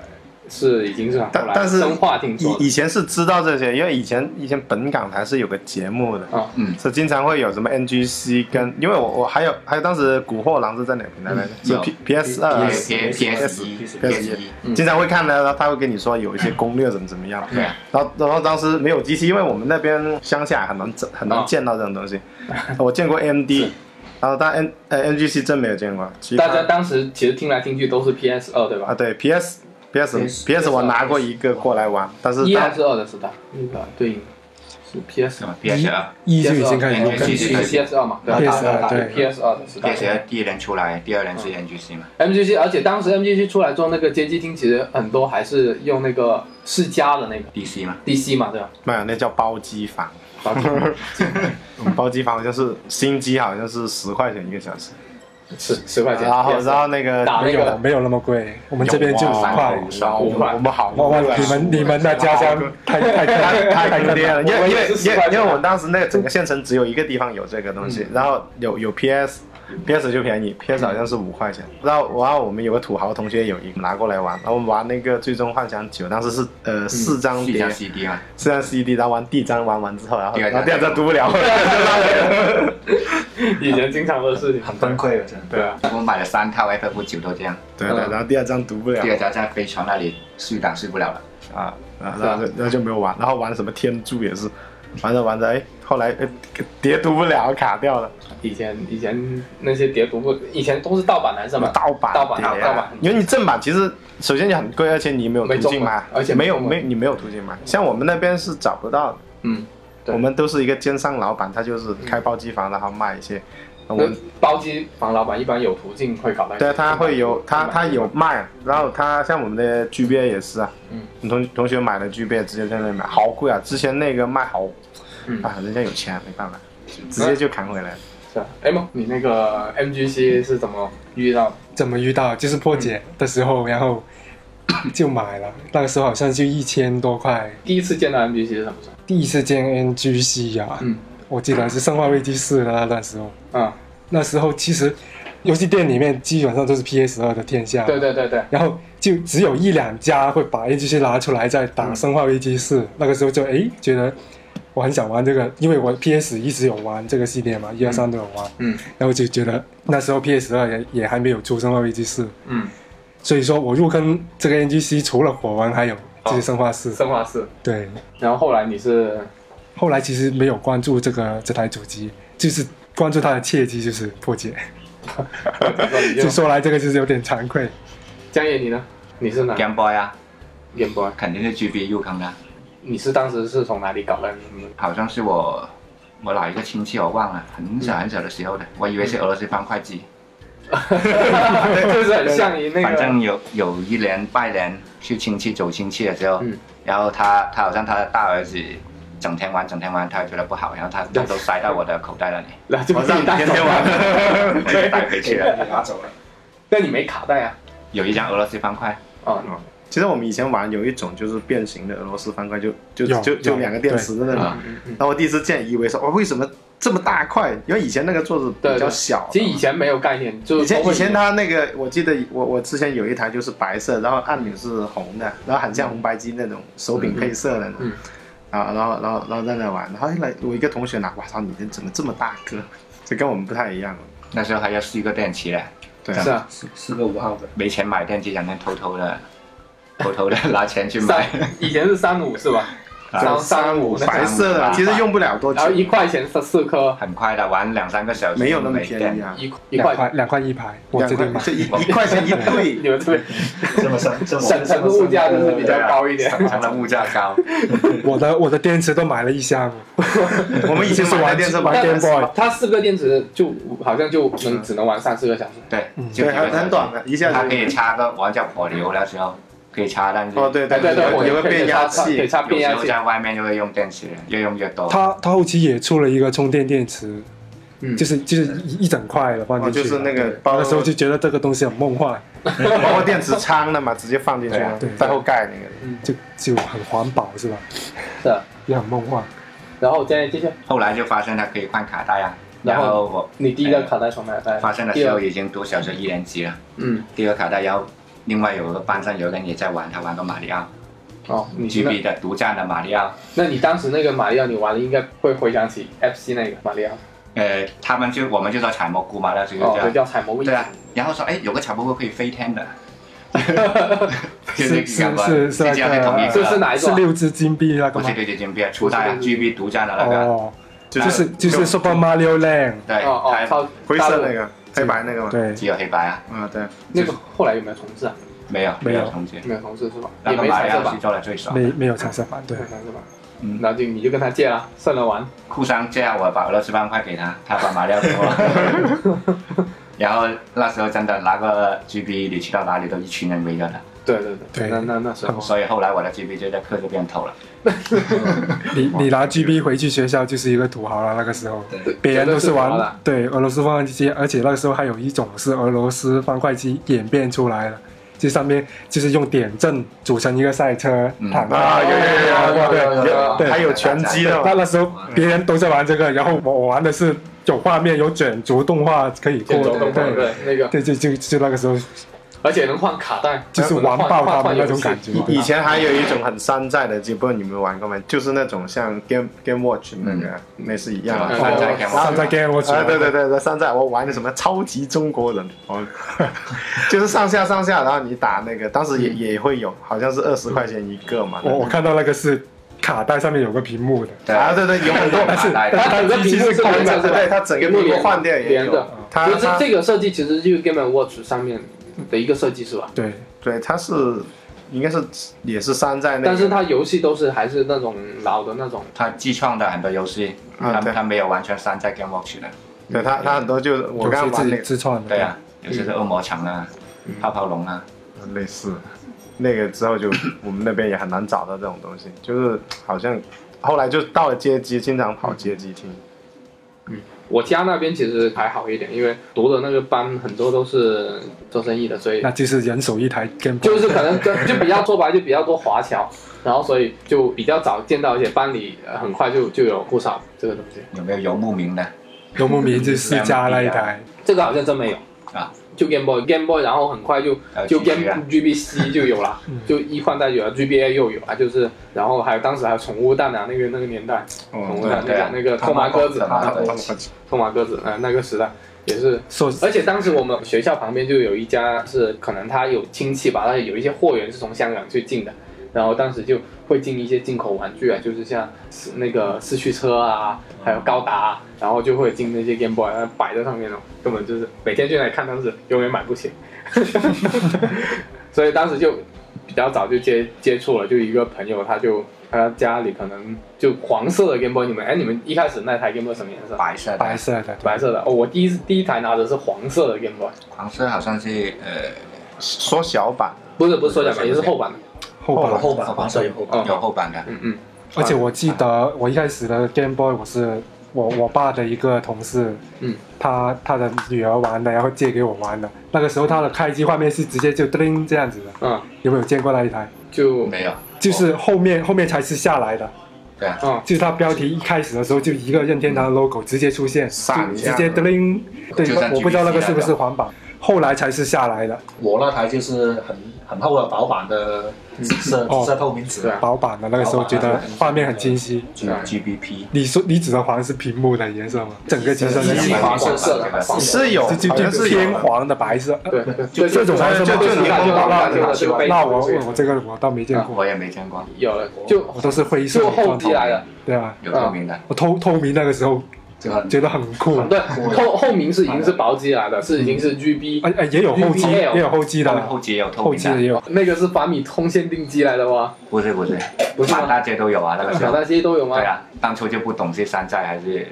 Speaker 2: 是已经是很后
Speaker 5: 但
Speaker 2: 来
Speaker 5: 但是
Speaker 2: 生化听说的
Speaker 5: 以以前是知道这些，因为以前以前本港台是有个节目的，
Speaker 2: 啊，
Speaker 3: 嗯，
Speaker 5: 是经常会有什么 NGC 跟，因为我我还有还有当时《古惑狼》是在哪个平台来着？是
Speaker 3: 有
Speaker 5: P P S 呃二
Speaker 3: P P S 一 P S 一，
Speaker 2: 嗯
Speaker 5: 经常会看的，然后他会跟你说有一些攻略怎么怎么样。
Speaker 3: 对啊，
Speaker 5: 然后然后当时没有机器，因为我们那边乡下很难整很难
Speaker 2: 啊
Speaker 5: 见到这种东西。我见过 MD，然后但 N 呃 NGC 真没有见过。其他
Speaker 2: 大家当时其实听来听去都是 PS 二对
Speaker 5: 啊
Speaker 2: 吧？
Speaker 5: 对 PS PS PS 我拿过一个过来玩，但是
Speaker 2: 一还
Speaker 5: 当
Speaker 2: 是二的时代，那个对应是 PS
Speaker 3: 什么 P S 二
Speaker 4: 一就已经开始入坑
Speaker 3: 对，
Speaker 2: 是 PS 哎二嘛对吧
Speaker 4: PS2
Speaker 2: 打打
Speaker 4: 对
Speaker 2: PS 二的时
Speaker 3: ，P
Speaker 2: 代
Speaker 3: S 二第一人出来，第二人是 N G C 嘛，
Speaker 2: MGC，而且当时 MGC 出来之后，那个街机厅其实很多还是用那个世嘉的那个
Speaker 3: D C 嘛，
Speaker 2: DC 嘛，对吧？
Speaker 5: 没有那叫包机房，
Speaker 2: 包机房
Speaker 5: 包机房好像是新机，好像是十块钱一个小时，
Speaker 2: 十十块钱，
Speaker 5: 然后
Speaker 2: 也是
Speaker 5: 然后那个
Speaker 2: 打那
Speaker 4: 没
Speaker 2: 个
Speaker 4: 有没有那么贵，我们这边就五
Speaker 5: 啊
Speaker 4: 块。
Speaker 5: 五
Speaker 2: 块
Speaker 5: 块，我们好
Speaker 4: 哇哇，你们你们的家 乡太太太
Speaker 5: 太
Speaker 4: 太
Speaker 5: 坑爹了，因
Speaker 2: 我
Speaker 5: 为因
Speaker 2: 也
Speaker 5: 为
Speaker 2: 是
Speaker 5: 因
Speaker 2: 10块
Speaker 5: 为
Speaker 2: 钱
Speaker 5: 因为我当时那个整个县城只有一个地方有这个东
Speaker 4: 嗯
Speaker 5: 西，然后有有 PS。PS 就便宜，PS 好像是五块钱。然后，然后我们有个土豪同学有一个拿过来玩，然后我们玩那个《最终幻想九》，当时是
Speaker 4: 嗯
Speaker 5: 呃四张
Speaker 3: 一
Speaker 5: 碟
Speaker 3: 张，CD 嘛，
Speaker 5: 四张 CD，然后玩第一张玩完之后，然后
Speaker 3: 第二
Speaker 5: 然
Speaker 3: 张
Speaker 5: 后第二张读 不了，
Speaker 2: 以前经常的事情，
Speaker 6: 很崩溃了，真的。
Speaker 2: 对啊，
Speaker 3: 我买了三套 FF 九都这样，
Speaker 5: 对
Speaker 2: 嗯
Speaker 5: 对，然后第二张读不了
Speaker 3: 第二家在飞船那里睡党睡不了了，
Speaker 5: 啊，然后然后就然后就没有玩，然后玩什么天柱也是，玩着玩着，哎，后来哎碟读不了，卡掉了，
Speaker 2: 以前以前那些碟读不，以前都是盗版来着嘛，
Speaker 5: 盗版
Speaker 2: 盗版
Speaker 5: 碟啊
Speaker 2: 盗版
Speaker 5: 因为你正版其实首先你很贵，而且你没有
Speaker 2: 没
Speaker 5: 途
Speaker 2: 中
Speaker 5: 径
Speaker 2: 文
Speaker 5: 买，
Speaker 2: 而且
Speaker 5: 没有
Speaker 2: 没中文
Speaker 5: 没你没有途径买，像我们那边是找不到的，
Speaker 2: 嗯，对嗯
Speaker 5: 我们都是一个奸商老板，他就是开包机房，然后卖一些，我
Speaker 2: 那
Speaker 5: 们
Speaker 2: 包机房老板一般有途径会搞到，嗯
Speaker 5: 对他会有他他有卖，然后他像我们的 GBA 也是啊，
Speaker 2: 嗯，
Speaker 5: 同同学买的 GBA 直接在那里买，好贵啊，之前那个卖好，
Speaker 2: 嗯
Speaker 5: 啊，人家有钱没办法，直接就扛回来了。
Speaker 2: 是啊，哎梦，你那个 MGC 是怎么遇到？
Speaker 4: 怎么遇到？就是破解的时候，然后就买了。那个时候好像就一千多块。
Speaker 2: 第一次见到 MGC 是什么时候？
Speaker 4: 第一次见 NGC 呀、
Speaker 2: 嗯
Speaker 4: 啊我记得是《生化危机四》的那时候。
Speaker 2: 啊，
Speaker 4: 那时候其实游戏店里面基本上都是 PS 二的天下。
Speaker 2: 对对对对，
Speaker 4: 然后就只有一两家会把 NGC 拿出来再打
Speaker 2: 嗯
Speaker 4: 《生化危机四》，那个时候就诶觉得我很想玩这个，因为我 PS 一直有玩这个系列嘛，一二三都有玩，
Speaker 2: 嗯
Speaker 4: 然后就觉得那时候 PS 二也也还没有出《生化危机四》，
Speaker 2: 嗯，
Speaker 4: 所以说我入坑这个 NGC 除了火纹
Speaker 5: 哦
Speaker 4: 还有就是《生化四》
Speaker 2: 生化四，
Speaker 4: 对，
Speaker 2: 然后后来你是
Speaker 4: 后来其实没有关注这个这台主机，就是关注它的契机就是破解，
Speaker 2: 你
Speaker 4: 就
Speaker 2: 就
Speaker 4: 说来这个就是有点惭愧。
Speaker 2: 江野你呢？你是哪
Speaker 3: g a m Boy 啊，
Speaker 2: Game Boy？
Speaker 3: 肯定是 GB 入坑的，
Speaker 2: 你是当时是从哪里搞的？嗯
Speaker 3: 好像是我我哪一个亲戚我忘了，很小很小的时候的，我以为是俄罗斯方块机，
Speaker 2: 对 就是很像
Speaker 5: 嗯
Speaker 2: 你那个，
Speaker 3: 反正有有一年拜年去亲戚走亲戚的时候，
Speaker 2: 嗯
Speaker 3: 然后他他好像他的大儿子整天玩整天玩，他觉得不好，然后他他都塞到我的口袋那里，
Speaker 2: 然后就
Speaker 5: 我
Speaker 2: 自
Speaker 5: 让
Speaker 2: 己
Speaker 5: 你
Speaker 2: 带
Speaker 5: 天
Speaker 2: 走啊
Speaker 5: 天
Speaker 2: 了。
Speaker 5: 玩，
Speaker 3: 我就带回去了。
Speaker 6: 拿走了。
Speaker 2: 但你没卡带啊？
Speaker 3: 有一张俄罗斯方块，
Speaker 2: 哦，
Speaker 5: 其实我们以前玩有一种就是变形的俄罗斯方块，就就
Speaker 4: 有
Speaker 5: 就就
Speaker 4: 有
Speaker 5: 两个电池在那里。
Speaker 3: 对
Speaker 5: 然
Speaker 3: 啊
Speaker 2: 嗯嗯。
Speaker 5: 后我第一次见，以为说哦，为什么这么大块？因为以前那个座子比较小。
Speaker 2: 其实以前没有概念，就
Speaker 5: 以
Speaker 2: 是
Speaker 5: 前
Speaker 2: 都会
Speaker 5: 以前它那个，我记得我我之前有一台就是白色，然后按钮是红的，然后很像红白机那种手柄配色的，
Speaker 2: 嗯
Speaker 5: 啊，然后然后然后在那玩，然后后来我一个同学拿，哇操，你这怎么这么大个？ 这跟我们不太一样了，
Speaker 3: 那时候还要四个电池嘞，
Speaker 5: 对
Speaker 2: 是啊，
Speaker 6: 是是个五号的，
Speaker 3: 没钱买电池，然后偷偷的偷偷的拿钱去
Speaker 2: 三
Speaker 3: 买，
Speaker 2: 以前是三五是吧？
Speaker 5: 啊
Speaker 2: 啊三三五那个
Speaker 5: 白色的，其实用不了多久
Speaker 2: 然后，一块钱四四颗，
Speaker 3: 很快的玩两三个小时，
Speaker 5: 没有那么
Speaker 3: 没
Speaker 5: 便宜
Speaker 3: 电。
Speaker 5: 啊，
Speaker 2: 一一
Speaker 4: 两
Speaker 2: 块，
Speaker 4: 块两块一排，我
Speaker 5: 两
Speaker 4: 这
Speaker 5: 块
Speaker 4: 边买。
Speaker 5: 这一一块钱一 对，
Speaker 2: 你们这边
Speaker 6: 这么深，这么
Speaker 2: 省城的物价就是比
Speaker 3: 啊
Speaker 2: 较高 一点。
Speaker 3: 成了物价高，
Speaker 4: 我的我的电池都买了一箱，
Speaker 5: 哦我们以前买的电视
Speaker 4: 玩
Speaker 5: 买
Speaker 4: Game Boy，
Speaker 2: 它四个电池就好像就能只能玩三四个 小时，
Speaker 3: 对，就
Speaker 5: 嗯对，
Speaker 3: 几个
Speaker 5: 很
Speaker 3: 小
Speaker 5: 很
Speaker 3: 时
Speaker 5: 短的，一下
Speaker 3: 它
Speaker 2: 啊
Speaker 5: 子
Speaker 3: 可以插个玩叫火牛那时候可以插，但是
Speaker 5: 哦，对
Speaker 2: 哎对
Speaker 5: 对，
Speaker 2: 对，我
Speaker 5: 也会
Speaker 2: 可以
Speaker 5: 变压
Speaker 2: 插可以
Speaker 5: 器，
Speaker 2: 插变
Speaker 3: 有时
Speaker 2: 压
Speaker 3: 候
Speaker 2: 器，
Speaker 3: 在外面就会用电池，越用越多。
Speaker 4: 它它后期也出了一个充电电池，
Speaker 2: 嗯
Speaker 4: 就是就是一一整块的放
Speaker 5: 哦，
Speaker 4: 进去
Speaker 5: 就
Speaker 4: 了，
Speaker 5: 是那个
Speaker 4: 那
Speaker 5: 包
Speaker 4: 个时候就觉得这个东西很梦幻，
Speaker 5: 包括电池仓的嘛，直接放进去
Speaker 3: 对啊
Speaker 4: 对，
Speaker 5: 带后盖那个。
Speaker 4: 就就很环保是吧？
Speaker 2: 是啊。
Speaker 4: 也很梦幻。
Speaker 2: 然后再继续，
Speaker 3: 后来就发现它可以换卡带啊，
Speaker 2: 然
Speaker 3: 然
Speaker 2: 后
Speaker 3: 后我
Speaker 2: 你第一个卡带从哪带？
Speaker 3: 发现的
Speaker 2: 第
Speaker 3: 时
Speaker 2: 二
Speaker 3: 候，已经读小学一年级了，
Speaker 2: 嗯，
Speaker 3: 第二卡带，然后另外有个班上有一个人也在玩，他玩个马里奥
Speaker 2: 哦，你那
Speaker 3: ，GB 的独占的马里奥，
Speaker 2: 那你当时那个马里奥，你玩的应该会回想起 FC 那个马里奥，
Speaker 3: 呃，他们就我们就叫采蘑菇嘛，那时候
Speaker 2: 哦，
Speaker 3: 叫
Speaker 2: 对，，叫采蘑菇。
Speaker 3: 对啊，然后说哎有个采蘑菇可以飞天的，
Speaker 4: 是是
Speaker 3: 感官
Speaker 4: 是是那
Speaker 3: 这样的同意
Speaker 4: 个
Speaker 2: 这 是哪一
Speaker 4: 是
Speaker 2: 种啊？
Speaker 4: 六只金币那个
Speaker 3: 不
Speaker 4: 吗
Speaker 3: 是？对对金币，初代啊
Speaker 2: 不是
Speaker 3: ，GB 独占的那个，
Speaker 5: 呃
Speaker 4: 哦，
Speaker 5: 就
Speaker 4: 就是就是 Super Mario Land，
Speaker 3: 对，
Speaker 2: 哦哦，
Speaker 3: 它
Speaker 2: 超
Speaker 5: 灰色那
Speaker 2: 大陆
Speaker 5: 个黑白那个嘛，
Speaker 4: 对，
Speaker 3: 只有黑白啊，
Speaker 5: 啊对，
Speaker 2: 那个后来有没有重置啊？
Speaker 3: 没有
Speaker 4: 没有
Speaker 3: 同学，
Speaker 2: 没有重置是吧？
Speaker 3: 那
Speaker 2: 也
Speaker 3: 个
Speaker 2: 没
Speaker 3: 马
Speaker 2: 彩
Speaker 3: 里
Speaker 2: 色
Speaker 3: 奥是
Speaker 2: 版，
Speaker 3: 做的最爽
Speaker 4: 没。没有彩色版，对
Speaker 2: 没，有彩色版。
Speaker 3: 嗯
Speaker 2: 然后就你就跟他借了，剩了玩。
Speaker 3: 库桑借我把俄罗斯方块给他，他把马里奥给我， 然后那时候真的拿个 GB，你去到哪里都一群人围着的，
Speaker 2: 对对对，
Speaker 4: 对
Speaker 2: 那那那时候
Speaker 3: 所以后来我的 GB 就在课这边偷了。
Speaker 4: 你你拿 GB 回去学校就是一个土豪了，那个时候，别人都是
Speaker 2: 绝对是土豪
Speaker 4: 玩
Speaker 2: 了
Speaker 4: 对俄罗斯方块机，而且那个时候还有一种是俄罗斯方块机演变出来的，就上面就是用点阵组成一个赛车
Speaker 3: 嗯
Speaker 4: 坦克。
Speaker 5: 啊，有有有有
Speaker 4: 对
Speaker 5: 有有，还有拳击的
Speaker 4: 那
Speaker 5: 嘛，
Speaker 4: 那时候别人都在玩这个，然后我我玩的是有画面、有卷轴动画可以过
Speaker 2: 建筑
Speaker 4: 的，
Speaker 2: 动画
Speaker 4: 对
Speaker 2: 对那个，
Speaker 4: 对，就就就那个时候
Speaker 2: 而且能换卡带，
Speaker 4: 就是玩
Speaker 2: 换
Speaker 4: 爆
Speaker 2: 换
Speaker 4: 他们
Speaker 2: 换
Speaker 4: 那
Speaker 2: 游
Speaker 4: 种
Speaker 2: 戏
Speaker 4: 感觉。
Speaker 5: 以前还有一种很山寨的，就不知道你们玩过没？就是那种像 Game Game Watch 那个，那是一样的。
Speaker 2: 嗯
Speaker 5: 哦
Speaker 3: 山寨
Speaker 5: 然
Speaker 3: Game
Speaker 5: 后
Speaker 3: Watch
Speaker 4: 上在 Game Watch，
Speaker 5: 啊，对对对对，山寨我玩的什么超级中国人， 哦，就是上下上下，然后你打那个，当时也也会有，好像是二十块钱一个嘛。那
Speaker 4: 我
Speaker 5: 个
Speaker 4: 我看到那个是卡带上面有个屏幕的，
Speaker 3: 对
Speaker 5: 啊，对对，有很多
Speaker 3: 但是
Speaker 5: 卡带
Speaker 2: 它整个屏幕是
Speaker 5: 空
Speaker 2: 连着
Speaker 5: 的，
Speaker 2: 的
Speaker 5: 对，它整个
Speaker 2: 屏幕
Speaker 5: 屏幕
Speaker 2: 连
Speaker 5: 换掉也
Speaker 2: 连
Speaker 5: 有
Speaker 2: 着。
Speaker 5: 它
Speaker 2: 其实
Speaker 5: 它
Speaker 2: 这个设计其实就是 Game Watch 上面的一个设计是吧？
Speaker 4: 对，
Speaker 5: 对，它是应该是也是山寨那个，
Speaker 2: 但是它游戏都是还是那种老的那种，
Speaker 3: 他自创的很多游戏，
Speaker 5: 啊
Speaker 3: 他
Speaker 5: 对
Speaker 3: 他没有完全山寨 Game Watch 的。
Speaker 5: 对它它很多就是我刚刚
Speaker 4: 就是
Speaker 5: 玩那
Speaker 4: 自
Speaker 5: 个
Speaker 4: 自创的，
Speaker 3: 对啊，尤其是恶魔城啊、泡泡龙啊，
Speaker 5: 类似那个之后就我们那边也很难找到这种东西，就是好像后来就到了街机，经常跑街机厅。
Speaker 2: 我家那边其实还好一点，因为读的那个班很多都是做生意的，所以
Speaker 4: 那就是人手一台 Game，Boy
Speaker 2: 就是可能跟 就比较说白就比较多华侨，然后所以就比较早见到，而且班里呃很快就就有不少这个东西。
Speaker 3: 有没有游牧民的？
Speaker 4: 游牧民就是世嘉那一台，
Speaker 2: 这个好像真没有
Speaker 3: 啊，
Speaker 2: 就 Game Boy，Game Boy，然后很快就
Speaker 3: 还有
Speaker 2: 就
Speaker 3: GBA 啊
Speaker 2: Game GBC 就有了，就一换代有了，GBA 又有啊，就是然后还有当时还有宠物蛋啊，那个那个年代，
Speaker 6: 哦
Speaker 2: 宠物蛋那
Speaker 3: 对
Speaker 2: 个
Speaker 3: 啊
Speaker 2: 那个偷麻鸽子，
Speaker 3: 偷麻鸽
Speaker 2: 啊
Speaker 3: 子
Speaker 2: 偷麻鸽子，啊那个时代也是
Speaker 4: 说
Speaker 2: 而且当时我们学校旁边就有一家是可能他有亲戚吧，他有一些货源是从香港去进的，然后当时就会进一些进口玩具啊，就是像那个四驱车啊，还有高达、啊，然后就会进那些 Game Boy，然后摆在上面哦，根本就是每天去那里看，但是永远买不起， 所以当时就比较早就接接触了，就一个朋友他就。他家里可能就黄色的 Game Boy，你们哎，你们一开始那台 Game Boy 什么颜色？
Speaker 3: 白色的，
Speaker 4: 白色的，
Speaker 2: 白色的哦，我第一第一台拿的是黄色的 Game Boy，
Speaker 3: 黄色好像是呃
Speaker 5: 缩小版，
Speaker 2: 不是不是缩小版，也是后版的。
Speaker 4: 后版。
Speaker 6: 后版黄色有后版，
Speaker 2: 嗯
Speaker 3: 有后版的，
Speaker 2: 嗯嗯，
Speaker 4: 而且我记得我一开始的 Game Boy 我是我我爸的一个同事，
Speaker 2: 嗯，
Speaker 4: 他他的女儿玩的，然后借给我玩的。那个时候他的开机画面是直接就叮这样子的，
Speaker 2: 嗯，
Speaker 4: 有没有见过那一台？
Speaker 2: 就
Speaker 3: 没有，
Speaker 4: 就是后面后面才是下来的，
Speaker 3: 对啊，
Speaker 2: 嗯，
Speaker 4: 就是它标题一开始的时候就一个任天堂的 logo 直接出现，
Speaker 5: 闪
Speaker 4: 就
Speaker 5: 一
Speaker 4: 直
Speaker 5: 下
Speaker 4: 接叮，对
Speaker 3: 就像，
Speaker 4: 我不知道那个
Speaker 3: GBC
Speaker 4: 是不是环保，后来才是下来的
Speaker 6: 我那台就是很很厚的薄版的紫色
Speaker 4: 哦
Speaker 6: 紫色透明纸
Speaker 2: 对，啊
Speaker 4: 薄版的，那个时候觉得画面很清晰。
Speaker 3: 就是 GBP。
Speaker 4: 你说你指的黄是屏幕的颜色吗？整个机身
Speaker 3: 是
Speaker 4: 的
Speaker 3: 是
Speaker 4: 颜
Speaker 2: 一
Speaker 4: 色
Speaker 2: 黄色色的，黄色的
Speaker 5: 是有，
Speaker 4: 就就
Speaker 5: 好像
Speaker 4: 就是
Speaker 5: 有
Speaker 4: 偏黄的白色，
Speaker 2: 对对，就
Speaker 4: 这种还是
Speaker 2: 就
Speaker 4: 蛮
Speaker 2: 是
Speaker 5: 蛮
Speaker 2: 就
Speaker 5: 蛮
Speaker 2: 就
Speaker 5: 蛮
Speaker 2: 这个杯
Speaker 4: 那我我我这个我倒没见过，
Speaker 3: 啊我也没见过，
Speaker 2: 有了，就
Speaker 4: 我都是灰色
Speaker 2: 就
Speaker 4: 的
Speaker 2: 后
Speaker 4: 状
Speaker 2: 期
Speaker 4: 态。
Speaker 2: 来了，
Speaker 4: 对啊，
Speaker 3: 有透明的，
Speaker 4: 我透透明那个时候
Speaker 3: 就很
Speaker 4: 觉得很酷，
Speaker 2: 对，后后明是已经是薄机来的，是已经是 GB，
Speaker 4: 哎哎也有后机
Speaker 2: UPL
Speaker 4: 也有后机
Speaker 3: 他们
Speaker 4: 的，
Speaker 3: 后期也有透
Speaker 4: 后
Speaker 3: 明
Speaker 4: 机的也
Speaker 3: 的，
Speaker 4: 有。
Speaker 2: 那个是法米通限定机来的哇，
Speaker 3: 不是不是，
Speaker 2: 不是
Speaker 3: 满
Speaker 2: 吗？
Speaker 3: 大街都有啊，那个时
Speaker 2: 小
Speaker 3: 候。
Speaker 2: 那些都有吗
Speaker 3: 对？啊，当初就不懂是山寨还是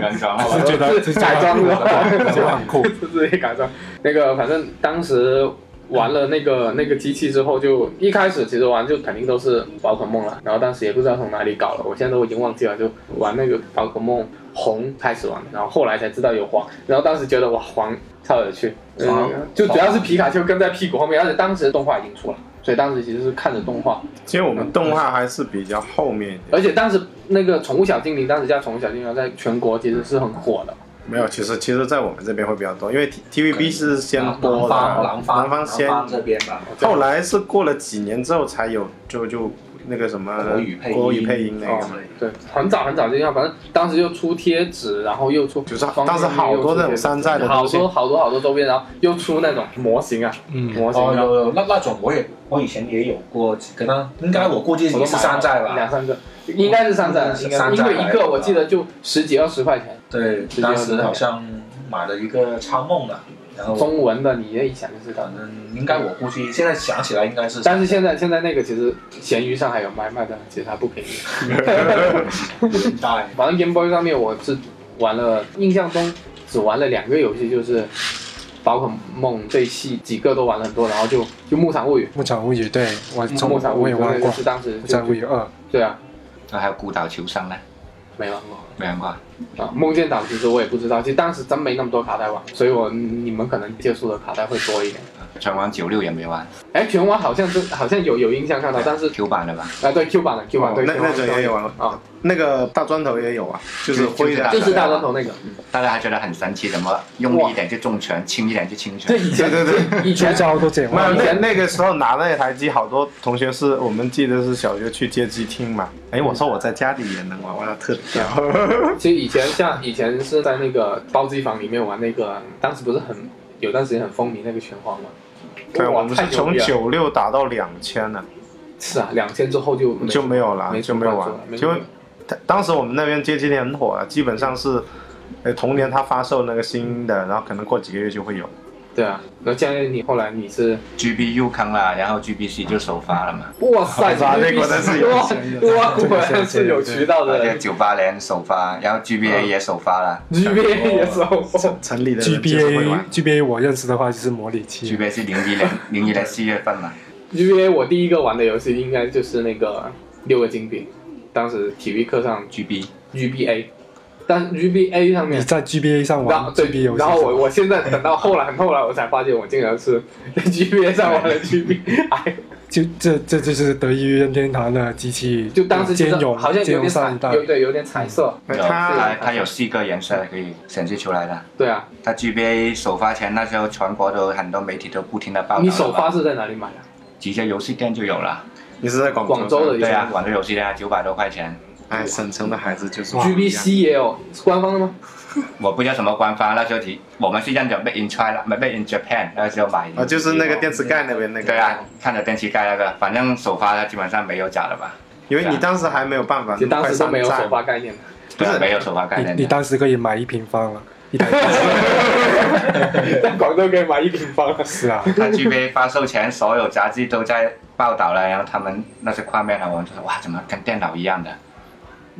Speaker 3: 原装，
Speaker 4: 我觉得
Speaker 2: 是改装的，
Speaker 4: 就很酷。
Speaker 2: 是自己改装。那个反正当时玩了那个那个机器之后就，一开始其实玩就肯定都是宝可梦了，然后当时也不知道从哪里搞了，我现在都已经忘记了，就玩那个宝可梦红开始玩，然后后来才知道有黄，然后当时觉得哇黄超有趣，
Speaker 6: 黄
Speaker 2: 嗯，就主要是皮卡丘跟在屁股后面，而且当时动画已经出了。所以当时其实是看着动画，
Speaker 5: 其实我们动画还是比较后面一点，
Speaker 2: 而且当时那个《宠物小精灵》，当时叫《宠物小精灵》，在全国其实是很火的。
Speaker 5: 没有，其实其实，在我们这边会比较多，因为 T- TVB 是先
Speaker 6: 南
Speaker 5: 播的，
Speaker 6: 方南方
Speaker 5: 南方先，
Speaker 6: 南方这边吧，
Speaker 5: 后来是过了几年之后才有，就就那个什么
Speaker 6: 国语配音
Speaker 5: 国语配音那个
Speaker 2: 哦，对，很早很早就要，反正当时又出贴纸，然后又出，
Speaker 5: 就是当时好多那种山寨的
Speaker 2: 好
Speaker 5: 东西
Speaker 2: 多，好多好多周边，然后又出那种模型啊，
Speaker 4: 嗯
Speaker 2: 模型
Speaker 6: 哦，
Speaker 2: 啊，
Speaker 6: 有有那那种我也我以前也有过几个呢，应该我估计
Speaker 2: 我
Speaker 6: 也
Speaker 2: 都
Speaker 6: 是山寨
Speaker 5: 啊
Speaker 2: 买了两
Speaker 6: 吧。
Speaker 2: 三个，应该是山寨的，
Speaker 6: 是
Speaker 2: 应该
Speaker 6: 山
Speaker 2: 因
Speaker 6: 寨
Speaker 2: 为
Speaker 6: 来
Speaker 2: 一
Speaker 6: 的
Speaker 2: 个我记得就十几二十块钱，
Speaker 6: 对，
Speaker 2: 直接
Speaker 6: 当时
Speaker 2: 的
Speaker 6: 好像买了一个超梦的，然后
Speaker 2: 中文的你也一想就知道
Speaker 6: 反。正应该我估计现在想起来应该是，
Speaker 2: 但是现在现在那个其实闲鱼上还有卖卖的，其实还不便宜。
Speaker 6: 年代
Speaker 2: 反正 Game Boy 上面我是玩了，印象中只玩了两个游戏，就是宝可梦这一系几个都玩了很多，然后就就牧场物语，
Speaker 4: 牧场物语，对我嗯从
Speaker 2: 牧场物
Speaker 4: 我
Speaker 2: 语
Speaker 4: 也
Speaker 2: 对
Speaker 4: 玩过
Speaker 2: 是当时
Speaker 4: 牧
Speaker 2: 就
Speaker 4: 场物语二，
Speaker 2: 对啊，
Speaker 3: 那还有孤岛求生呢，
Speaker 2: 没玩过
Speaker 3: 没玩过啊。
Speaker 2: 啊。梦见岛其实我也不知道，其实当时真没那么多卡带玩，所以我你们可能接触的卡带会多一点。
Speaker 3: 拳王九六也没玩
Speaker 2: 哎，拳王好像真好像有有印象看到，但是
Speaker 3: ，Q 版的吧？
Speaker 2: 啊对 Q 版的 Q 版
Speaker 5: 哦
Speaker 2: 对
Speaker 5: 那
Speaker 2: Q 版
Speaker 5: 那种也有玩过
Speaker 2: 啊，
Speaker 5: 那个大砖头也有啊，就是灰的，
Speaker 2: 就是大砖头那个。
Speaker 3: 大家还觉得很神奇，怎么用力一点就重拳，轻一点就轻
Speaker 2: 这
Speaker 3: 拳？
Speaker 2: 以前
Speaker 5: 对对
Speaker 2: 以
Speaker 4: 出
Speaker 2: 前
Speaker 4: 招都这样
Speaker 5: 没有，
Speaker 4: 玩。
Speaker 5: 那那个时候拿那台机，好多同学是我们记得是小学去街机厅嘛。哎，我说我在家里也能玩，玩的特屌。
Speaker 2: 其实以前像以前是在那个包机房里面玩那个，当时不是很有段时间很风靡那个拳皇吗？
Speaker 5: 对，啊
Speaker 2: 哇
Speaker 5: 我们是
Speaker 2: 太牛
Speaker 5: 从
Speaker 2: 逼了
Speaker 5: 九六打到两千了，
Speaker 2: 是啊，两千之后就
Speaker 5: 就没有了
Speaker 2: 没，
Speaker 5: 就没有玩
Speaker 2: 了，没
Speaker 5: 就
Speaker 2: 关注了
Speaker 5: 当当时我们那边街机厅很火啊，基本上是，呃，同年他发售那个新的，然后可能过几个月就会有。
Speaker 2: 对啊。那将来你后来你是
Speaker 3: GBU 坑了，然后 GBC 就首发了嘛。
Speaker 2: 哇塞，
Speaker 5: 吧
Speaker 2: 你
Speaker 5: 那果然是有
Speaker 2: 哇哇，果然是有渠道
Speaker 3: 而且
Speaker 2: 的
Speaker 3: 九八年首发，然后 GBA 也首发了。
Speaker 2: ，GBA 也是好
Speaker 5: 城城里的人就是会
Speaker 4: GBA
Speaker 5: 玩，
Speaker 4: GBA 我认识的话就是模拟器，
Speaker 3: GBA 是零一年，零一年啊四月份嘛。
Speaker 2: GBA 我第一个玩的游戏应该就是那个六个金币，当时体育课上
Speaker 3: GB
Speaker 2: GBA，但 GBA 上
Speaker 4: 你
Speaker 2: 面。
Speaker 4: 在 GBA 上
Speaker 2: 然后
Speaker 4: 玩
Speaker 2: 对
Speaker 4: GB 游，戏，
Speaker 2: 然后我我现在等到后来很后来我才发现，我竟然是在 GBA 上玩了 GBA，
Speaker 4: 就这这就是得益于任天堂的机器
Speaker 2: 就当时觉
Speaker 4: 兼
Speaker 2: 得
Speaker 4: 容
Speaker 2: 好像
Speaker 4: 兼
Speaker 2: 有
Speaker 4: 容
Speaker 2: 点
Speaker 4: 上一代嗯
Speaker 2: 彩，，有对有点彩色，
Speaker 5: 那
Speaker 3: 有它
Speaker 5: 他
Speaker 3: 它有四个颜色可以显示出来的。
Speaker 2: 对啊。
Speaker 3: 它 GBA 首发前那时候，全国都很多媒体都不停的报道。
Speaker 2: 你首发？是在哪里买的？
Speaker 3: 直接游戏店就有了。
Speaker 5: 你是在广
Speaker 2: 广州的
Speaker 5: 是吧
Speaker 3: 对啊，广州游戏店啊，九百多块钱。
Speaker 5: 哎，省城的孩子就是不一样
Speaker 2: GBC 也有是官方的吗？
Speaker 3: 我不知道什么官方，那时候提我们是认着 Made in China、Made in Japan，那时候买。
Speaker 5: 啊，就是那个电池盖那边那个。
Speaker 3: 对啊，看着电器盖那个，反正首发它基本上没有假的吧？
Speaker 5: 因为你当时还没有办法，
Speaker 2: 啊其实当时都没有首
Speaker 5: 手
Speaker 2: 发概念的。
Speaker 3: 对啊
Speaker 5: 不是
Speaker 3: 没有首发概念
Speaker 4: 你你
Speaker 3: 的。
Speaker 4: 当时可以买一平方了，一台
Speaker 2: 在广州可以买一平方了。
Speaker 4: 是啊，
Speaker 3: 它 GBA 发售前，所有杂志都在报道了，然后他们那些画面啊，我们就说哇，怎么跟电脑一样的？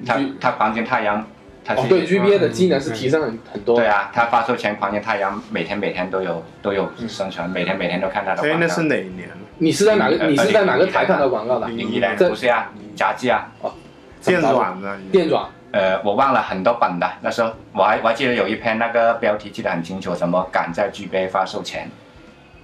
Speaker 3: 它
Speaker 2: G-
Speaker 3: 它黄金太阳，它是、嗯
Speaker 2: 哦，对，GBA 的技
Speaker 4: 嗯
Speaker 2: 能是提升很很多。
Speaker 3: 对，啊，它发售前黄金太阳每天每天都有都有宣
Speaker 2: 嗯
Speaker 3: 传，每天每天都看到的
Speaker 5: 哎，
Speaker 3: 广
Speaker 5: 那
Speaker 3: 告。
Speaker 5: 是哪一年？
Speaker 2: 你是在哪个？你是在哪个台看到广告的？
Speaker 3: 零一年
Speaker 2: 这
Speaker 3: 不是啊，杂志啊，
Speaker 5: 电软啊呢？
Speaker 2: 电转
Speaker 3: 呃，我忘了很多本的，那时候我还我还记得有一篇那个标题记得很清楚，什么赶在 GBA 发售前，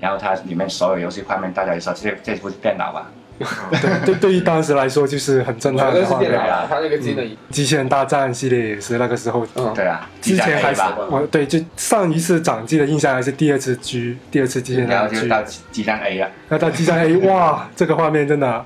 Speaker 3: 然后它里面所有游戏画面，大家就说这这部是电脑啊吧？
Speaker 4: 对对对于当时来说就是很震
Speaker 2: 绝
Speaker 4: 撼
Speaker 2: 对
Speaker 4: 的
Speaker 2: 是
Speaker 4: 画
Speaker 2: 电
Speaker 4: 面
Speaker 2: 脑。
Speaker 3: 对
Speaker 2: 啊
Speaker 3: 啊，
Speaker 2: 它那个技能，
Speaker 4: 机器人大战系列也是那个时候，
Speaker 2: 嗯，
Speaker 3: 对啊，
Speaker 4: 之前还是
Speaker 3: 吧。
Speaker 4: 我对就上一次掌机的印象还是第二次 G，第二次机器人
Speaker 3: 然
Speaker 4: 大
Speaker 3: 后
Speaker 4: 战
Speaker 3: 就
Speaker 4: G，
Speaker 3: 到激战 A 了，
Speaker 4: 那到 G 三 A，哇，这个画面真的，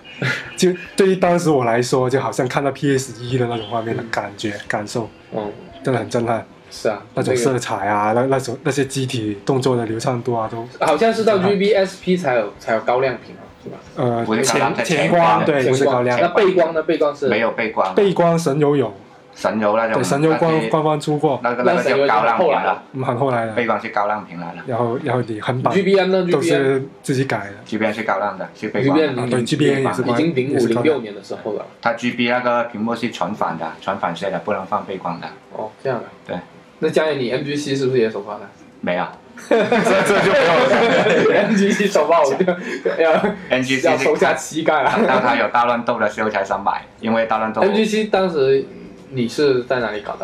Speaker 4: 就对于当时我来说，就好像看到 PS 一的那种画面的感觉感受，
Speaker 2: 嗯，
Speaker 4: 真的很震撼。
Speaker 2: 是啊，
Speaker 4: 那种
Speaker 2: 个
Speaker 4: 色彩啊，那那种那些机体动作的流畅度啊，都
Speaker 2: 好像是到 GBSP 才有才有高亮屏嘛，是吧？
Speaker 4: 呃
Speaker 3: 不是高
Speaker 4: 前
Speaker 3: 亮它
Speaker 4: 前
Speaker 3: 前
Speaker 4: 光
Speaker 3: 光
Speaker 4: 对不是高亮
Speaker 2: 那，背光呢？背光是
Speaker 3: 没有背光，
Speaker 4: 背光神游有，
Speaker 3: 神游嗯那种，
Speaker 4: 对神游官官方出过，
Speaker 3: 那个那个叫高浪屏啊
Speaker 2: 啊
Speaker 3: 了，
Speaker 4: 嗯很后来
Speaker 3: 背
Speaker 4: 的，
Speaker 3: 光是高浪屏来了
Speaker 4: 然后然后你横版
Speaker 2: ，GBN 呢
Speaker 4: 都
Speaker 2: ？GBN
Speaker 4: 是自己改的，
Speaker 3: ，GBA 是高浪的，是背光的。
Speaker 2: GBN
Speaker 4: 啊
Speaker 2: 零
Speaker 4: 对
Speaker 2: 零
Speaker 4: GBN 也是
Speaker 2: 已
Speaker 4: 光
Speaker 2: 经零
Speaker 4: 也
Speaker 2: 五
Speaker 4: 是
Speaker 2: 零
Speaker 4: 高亮
Speaker 2: 六年的时候了。
Speaker 3: 它 GB 那个屏幕是传反的，传反射的，不能放背光的，
Speaker 2: 哦，这样的。
Speaker 3: 对。
Speaker 2: 那佳颖，你 MGC 是不是也啊首发了？
Speaker 3: 没有。
Speaker 5: 这这就没有了。
Speaker 2: MGC 首发我就要
Speaker 3: NGC
Speaker 2: 要
Speaker 3: 是
Speaker 2: 收下膝盖啊了。
Speaker 3: 到它有大乱斗的时候才想买，因为大乱斗
Speaker 2: MGC 当时你是在哪里搞到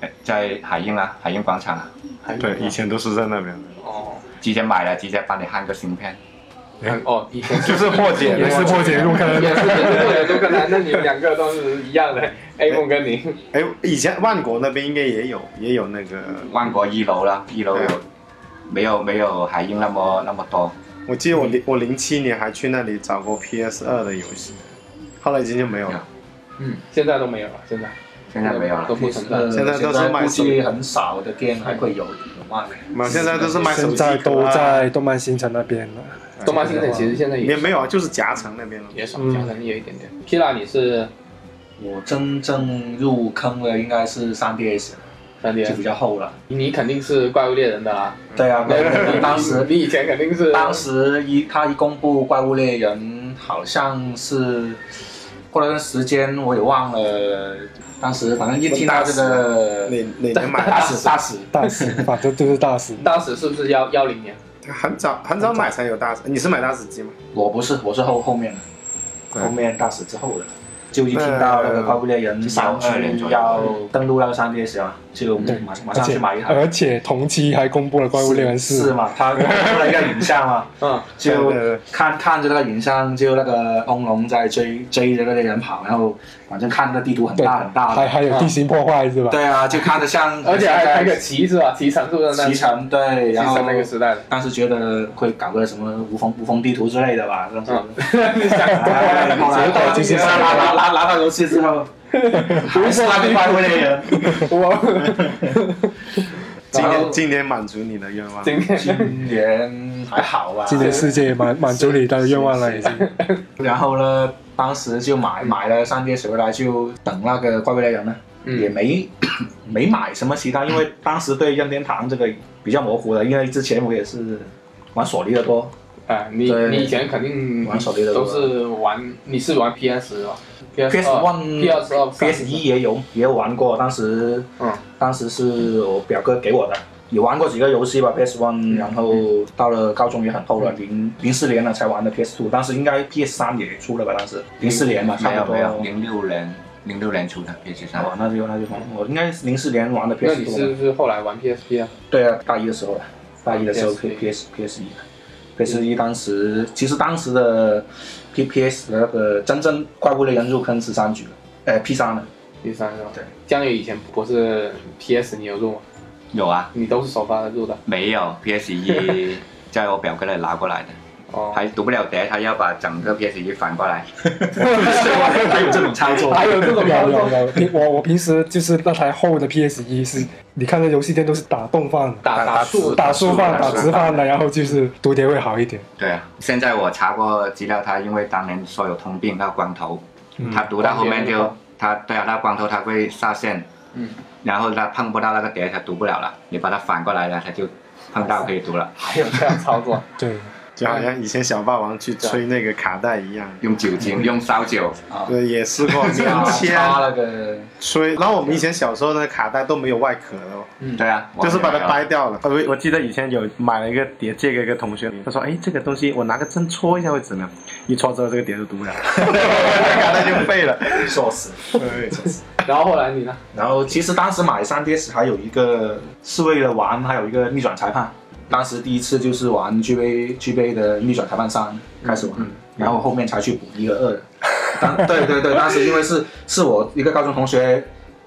Speaker 2: 的？
Speaker 3: 在海印啊，海印广场啊，
Speaker 2: 还
Speaker 5: 对，以前都是在那边，
Speaker 2: 哦，
Speaker 3: 直接买了，直接帮你焊个芯片。
Speaker 2: 嗯哦，以前
Speaker 5: 就是破解
Speaker 4: 也是破解入坑，
Speaker 2: 也是也是都跟那你们两个都是一样的，A 梦跟你
Speaker 5: 哎，以前万国那边应该也有，也有那个，
Speaker 3: 万国一楼啦，一楼
Speaker 5: 对
Speaker 3: 有没有没有海印那么那么多？
Speaker 5: 我记得我
Speaker 2: 嗯
Speaker 5: 零我零七年还去那里找过 PS 二的游戏，后来已经就没有了。
Speaker 2: 嗯，现在都没有了，现在
Speaker 3: 现在没有了
Speaker 2: 都。不存在。
Speaker 5: 现在都是卖
Speaker 6: 估
Speaker 5: 手
Speaker 6: 计很少的店还会有有卖。
Speaker 5: 嘛，
Speaker 2: 嗯
Speaker 5: 现在都是卖手
Speaker 4: 现
Speaker 5: 机
Speaker 4: 在
Speaker 5: 壳
Speaker 4: 都
Speaker 5: 啊，
Speaker 4: 在动漫新城那边了。
Speaker 2: 东方哎星辰其实现在
Speaker 5: 也
Speaker 2: 也
Speaker 5: 没有啊，就是夹层那边了。
Speaker 2: 也少，
Speaker 4: 嗯
Speaker 2: 加能也有一点点。Kira 你是
Speaker 6: 我真正入坑的应该是三 DS，
Speaker 2: 三
Speaker 6: 就
Speaker 2: D，
Speaker 6: 比较厚了。
Speaker 2: 你肯定是怪物猎人的啦。
Speaker 6: 对啊，当时
Speaker 2: 你以前肯定是
Speaker 6: 当时一他一公布《怪物猎人》，好像是过了段时间我也忘了，当时反正一听到这个
Speaker 5: 哪哪年买
Speaker 6: 大使大使，
Speaker 4: 大使，反正就是大使。
Speaker 2: 当时是不是幺幺零年？
Speaker 5: 很早很早买才有大使，你是买大使机吗？
Speaker 6: 我不是我是后后面的，
Speaker 5: 对
Speaker 6: 后面大使之后的。就一听到那个怪物猎人山
Speaker 3: 12年
Speaker 6: 区
Speaker 3: 左右
Speaker 6: 要登陆到三 DS 啊，就马上马
Speaker 4: 而
Speaker 6: 上
Speaker 4: 且
Speaker 6: 去买一台。
Speaker 4: 而且同期还公布了《怪物猎人四》
Speaker 6: 是嘛？他出了一个影像嘛，
Speaker 2: 嗯，
Speaker 6: 就
Speaker 5: 对对对
Speaker 6: 看看着那个影像，就那个翁龙在追追着那个人跑，然后反正看那个地图很
Speaker 4: 对，
Speaker 6: 大很大
Speaker 4: 还
Speaker 6: 的，
Speaker 4: 还有地形破坏是吧？
Speaker 6: 对啊，就看着 像，
Speaker 2: 而且还还有个
Speaker 6: 个
Speaker 2: 骑是吧？骑乘是不是那？
Speaker 6: 骑乘，对，
Speaker 2: 骑
Speaker 6: 然后
Speaker 2: 乘那个时代的。
Speaker 6: 当时觉得会搞个什么无风无风地图之类的吧，当时。
Speaker 2: 嗯你想
Speaker 6: 哎后来后来拿拿拿拿拿到游戏 之后，还是那个怪物猎人，
Speaker 5: 今
Speaker 2: 然后
Speaker 5: 年今年满足你的愿望，
Speaker 2: 今天
Speaker 6: 今年还好吧？
Speaker 4: 今年世界也满满足你的愿望了，已经。
Speaker 6: 然后呢，当时就买买了三 DS 回来，就等那个怪物猎人呢，
Speaker 2: 嗯
Speaker 6: 也
Speaker 3: 嗯
Speaker 6: 没没买什么其他，因为当时对任天堂这个比较模糊的，因为之前我也是玩索尼的多，
Speaker 2: 啊，你
Speaker 6: 对
Speaker 2: 你以前肯定
Speaker 6: 玩手机的
Speaker 2: 都
Speaker 6: 多
Speaker 2: 是玩，你是玩 PS 吧
Speaker 3: 哦
Speaker 6: PS One、
Speaker 2: PS 二、
Speaker 6: PS 一也有也有玩过，当时
Speaker 2: 嗯，
Speaker 6: 当时是我表哥给我的。也玩过几个游戏吧，PS
Speaker 3: 嗯
Speaker 6: One，然后到了高中也很后了，零零四年了才玩的 PS Two，当时应该 PS 三也出了吧？当时零四年吧，差
Speaker 3: 没有
Speaker 6: 不多。
Speaker 3: 没有，零六年零六年出的 PS 三，
Speaker 6: 哦，那就那就同我应该是零四年玩的
Speaker 2: 那
Speaker 6: PS
Speaker 2: 你
Speaker 6: t
Speaker 2: 是不是后来玩 PSP 啊？
Speaker 6: 对啊，大一的时候了，大一的时候
Speaker 2: PS1
Speaker 6: PS PS 一，PS 一当时其实当时的 P PS 的那个真正怪物猎人入坑是三局了，呃 P 三了，
Speaker 2: 第三是吧？
Speaker 6: 对，
Speaker 2: 江宇以前不是 PS 你有入吗？
Speaker 3: 有啊，
Speaker 2: 你都是首发入的
Speaker 3: 没有 PS 一在我表哥那里拿过来的，
Speaker 2: 哦。
Speaker 3: 还读不了碟，他要把整个 PS 一反过来，
Speaker 6: 还有这种操作，
Speaker 2: 还有 这种
Speaker 4: 有
Speaker 2: 操
Speaker 4: 有
Speaker 2: 作
Speaker 4: 有，平我我平时就是那台厚的 PS 一是，你看那游戏店都是打洞放的，
Speaker 2: 打打树
Speaker 4: 打竖放、
Speaker 3: 打
Speaker 4: 打
Speaker 3: 竖
Speaker 4: 直放的，然后就是读碟会好一点。
Speaker 3: 对啊，现在我查过资料，他因为当年说有通病，那个光头，他读到后面
Speaker 2: 光
Speaker 3: 就
Speaker 2: 头
Speaker 3: 他对啊，那光头他会下线，
Speaker 2: 嗯，
Speaker 3: 然后他碰不到那个碟，他读不了了，你把它反过来了，他就碰到可以读了，
Speaker 2: 还有这样操作，
Speaker 4: 对，
Speaker 5: 就好像以前小霸王去
Speaker 2: 啊
Speaker 5: 吹那个卡带一样，
Speaker 3: 用酒精用烧酒，
Speaker 5: 对，也试过
Speaker 6: 啊
Speaker 5: 棉
Speaker 6: 插
Speaker 5: 签
Speaker 6: 那个
Speaker 5: 吹。然后我们以前小时候的卡带都没有外壳的哦，
Speaker 3: 对啊，
Speaker 5: 就是把它掰
Speaker 3: 掰，
Speaker 5: 掉了。呃我我记得以前有买了一个碟，借给一个同学，他说：“哎，这个东西我拿个针戳一下会怎么样？”一戳之后，这个碟就读 不了，卡带就废了。
Speaker 6: 硕士。
Speaker 5: 对，
Speaker 2: 然后后来你呢？
Speaker 6: 然后其实当时买三 DS 还有一个是为了玩，还有一个逆转裁判。当时第一次就是玩 GBA GBA 的逆转裁判三开始玩，然后后面才去补一和二的。当嗯对对对，当时因为是是我一个高中同学，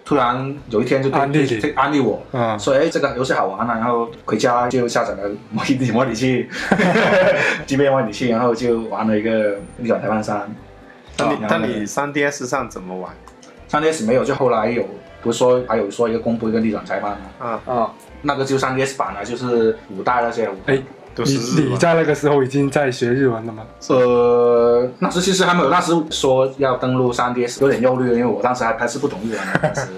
Speaker 6: 突然有一天就
Speaker 4: 安利你
Speaker 6: 就就安利我，
Speaker 4: 嗯
Speaker 6: 说哎这个游戏好玩啊，然后回家就下载了模拟模拟 器，GBA 模拟器，然后就玩了一个逆转裁判三。
Speaker 5: 那 你
Speaker 6: 然后
Speaker 5: 那
Speaker 6: 呢
Speaker 5: 你三 DS 上怎么玩？
Speaker 6: 三 DS 没有，就后来有，不是说还有说一个公布一个逆转裁判吗？
Speaker 2: 啊，
Speaker 6: 那个就三 DS 版了，就是五代那些。
Speaker 4: 哎，
Speaker 5: 都
Speaker 4: 你
Speaker 5: 是日
Speaker 4: 你
Speaker 5: 文。
Speaker 4: 在那个时候已经在学日文了吗？
Speaker 6: 呃，那时其实还没有，那时说要登录三 DS 有点忧虑，因为我当时还还是不懂日文的，当时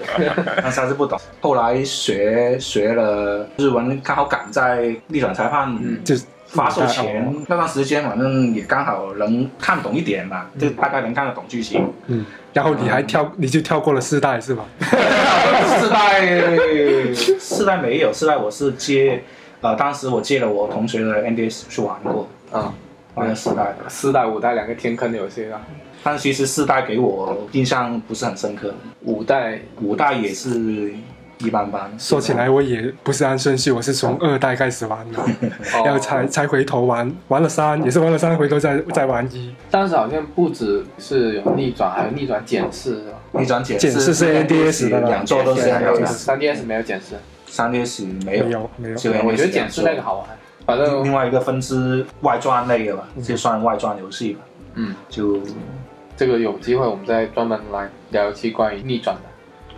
Speaker 6: 当时还是不懂。后来学学了日文，刚好赶在逆转裁判。
Speaker 4: 就是
Speaker 6: 发售
Speaker 4: 哦
Speaker 6: 前那段时间，反正也刚好能看懂一点吧，就大概能看得懂剧情。
Speaker 4: 嗯，然后你还
Speaker 6: 嗯
Speaker 4: 跳，你就跳过了四代是吧？
Speaker 6: 四代四代没有，四代我是借，呃，当时我借了我同学的 NDS 去玩过，
Speaker 2: 啊，
Speaker 6: 玩了四代的。
Speaker 2: 四代、五代两个天坑的游戏啊，
Speaker 6: 但其实四代给我印象不是很深刻，
Speaker 2: 五代
Speaker 6: 五代也是一般般。
Speaker 4: 说起来我也不是按顺序，我是从二代开始玩的，
Speaker 2: 哦
Speaker 4: 然后才才回头玩，玩了三，也是玩了三，回头再再玩一。
Speaker 2: 当时好像不止是有逆转，还有逆转检视是吧？
Speaker 6: 逆转解
Speaker 4: 简释
Speaker 6: 释
Speaker 4: 是 NDS 的吧
Speaker 6: 两座都是
Speaker 2: 对还有
Speaker 6: NDS，
Speaker 2: 三 DS 没有检视，
Speaker 6: 三 DS 没
Speaker 4: 没
Speaker 6: 有，
Speaker 4: 有没有，
Speaker 6: 就 NDS
Speaker 2: 我觉得检视那个好玩，反
Speaker 6: 两座。另
Speaker 2: 正
Speaker 6: 外一个分支外传类的吧，就算外传游戏吧，
Speaker 2: 嗯，
Speaker 6: 就
Speaker 2: 这个有机会我们再专门来聊一期关于逆转的，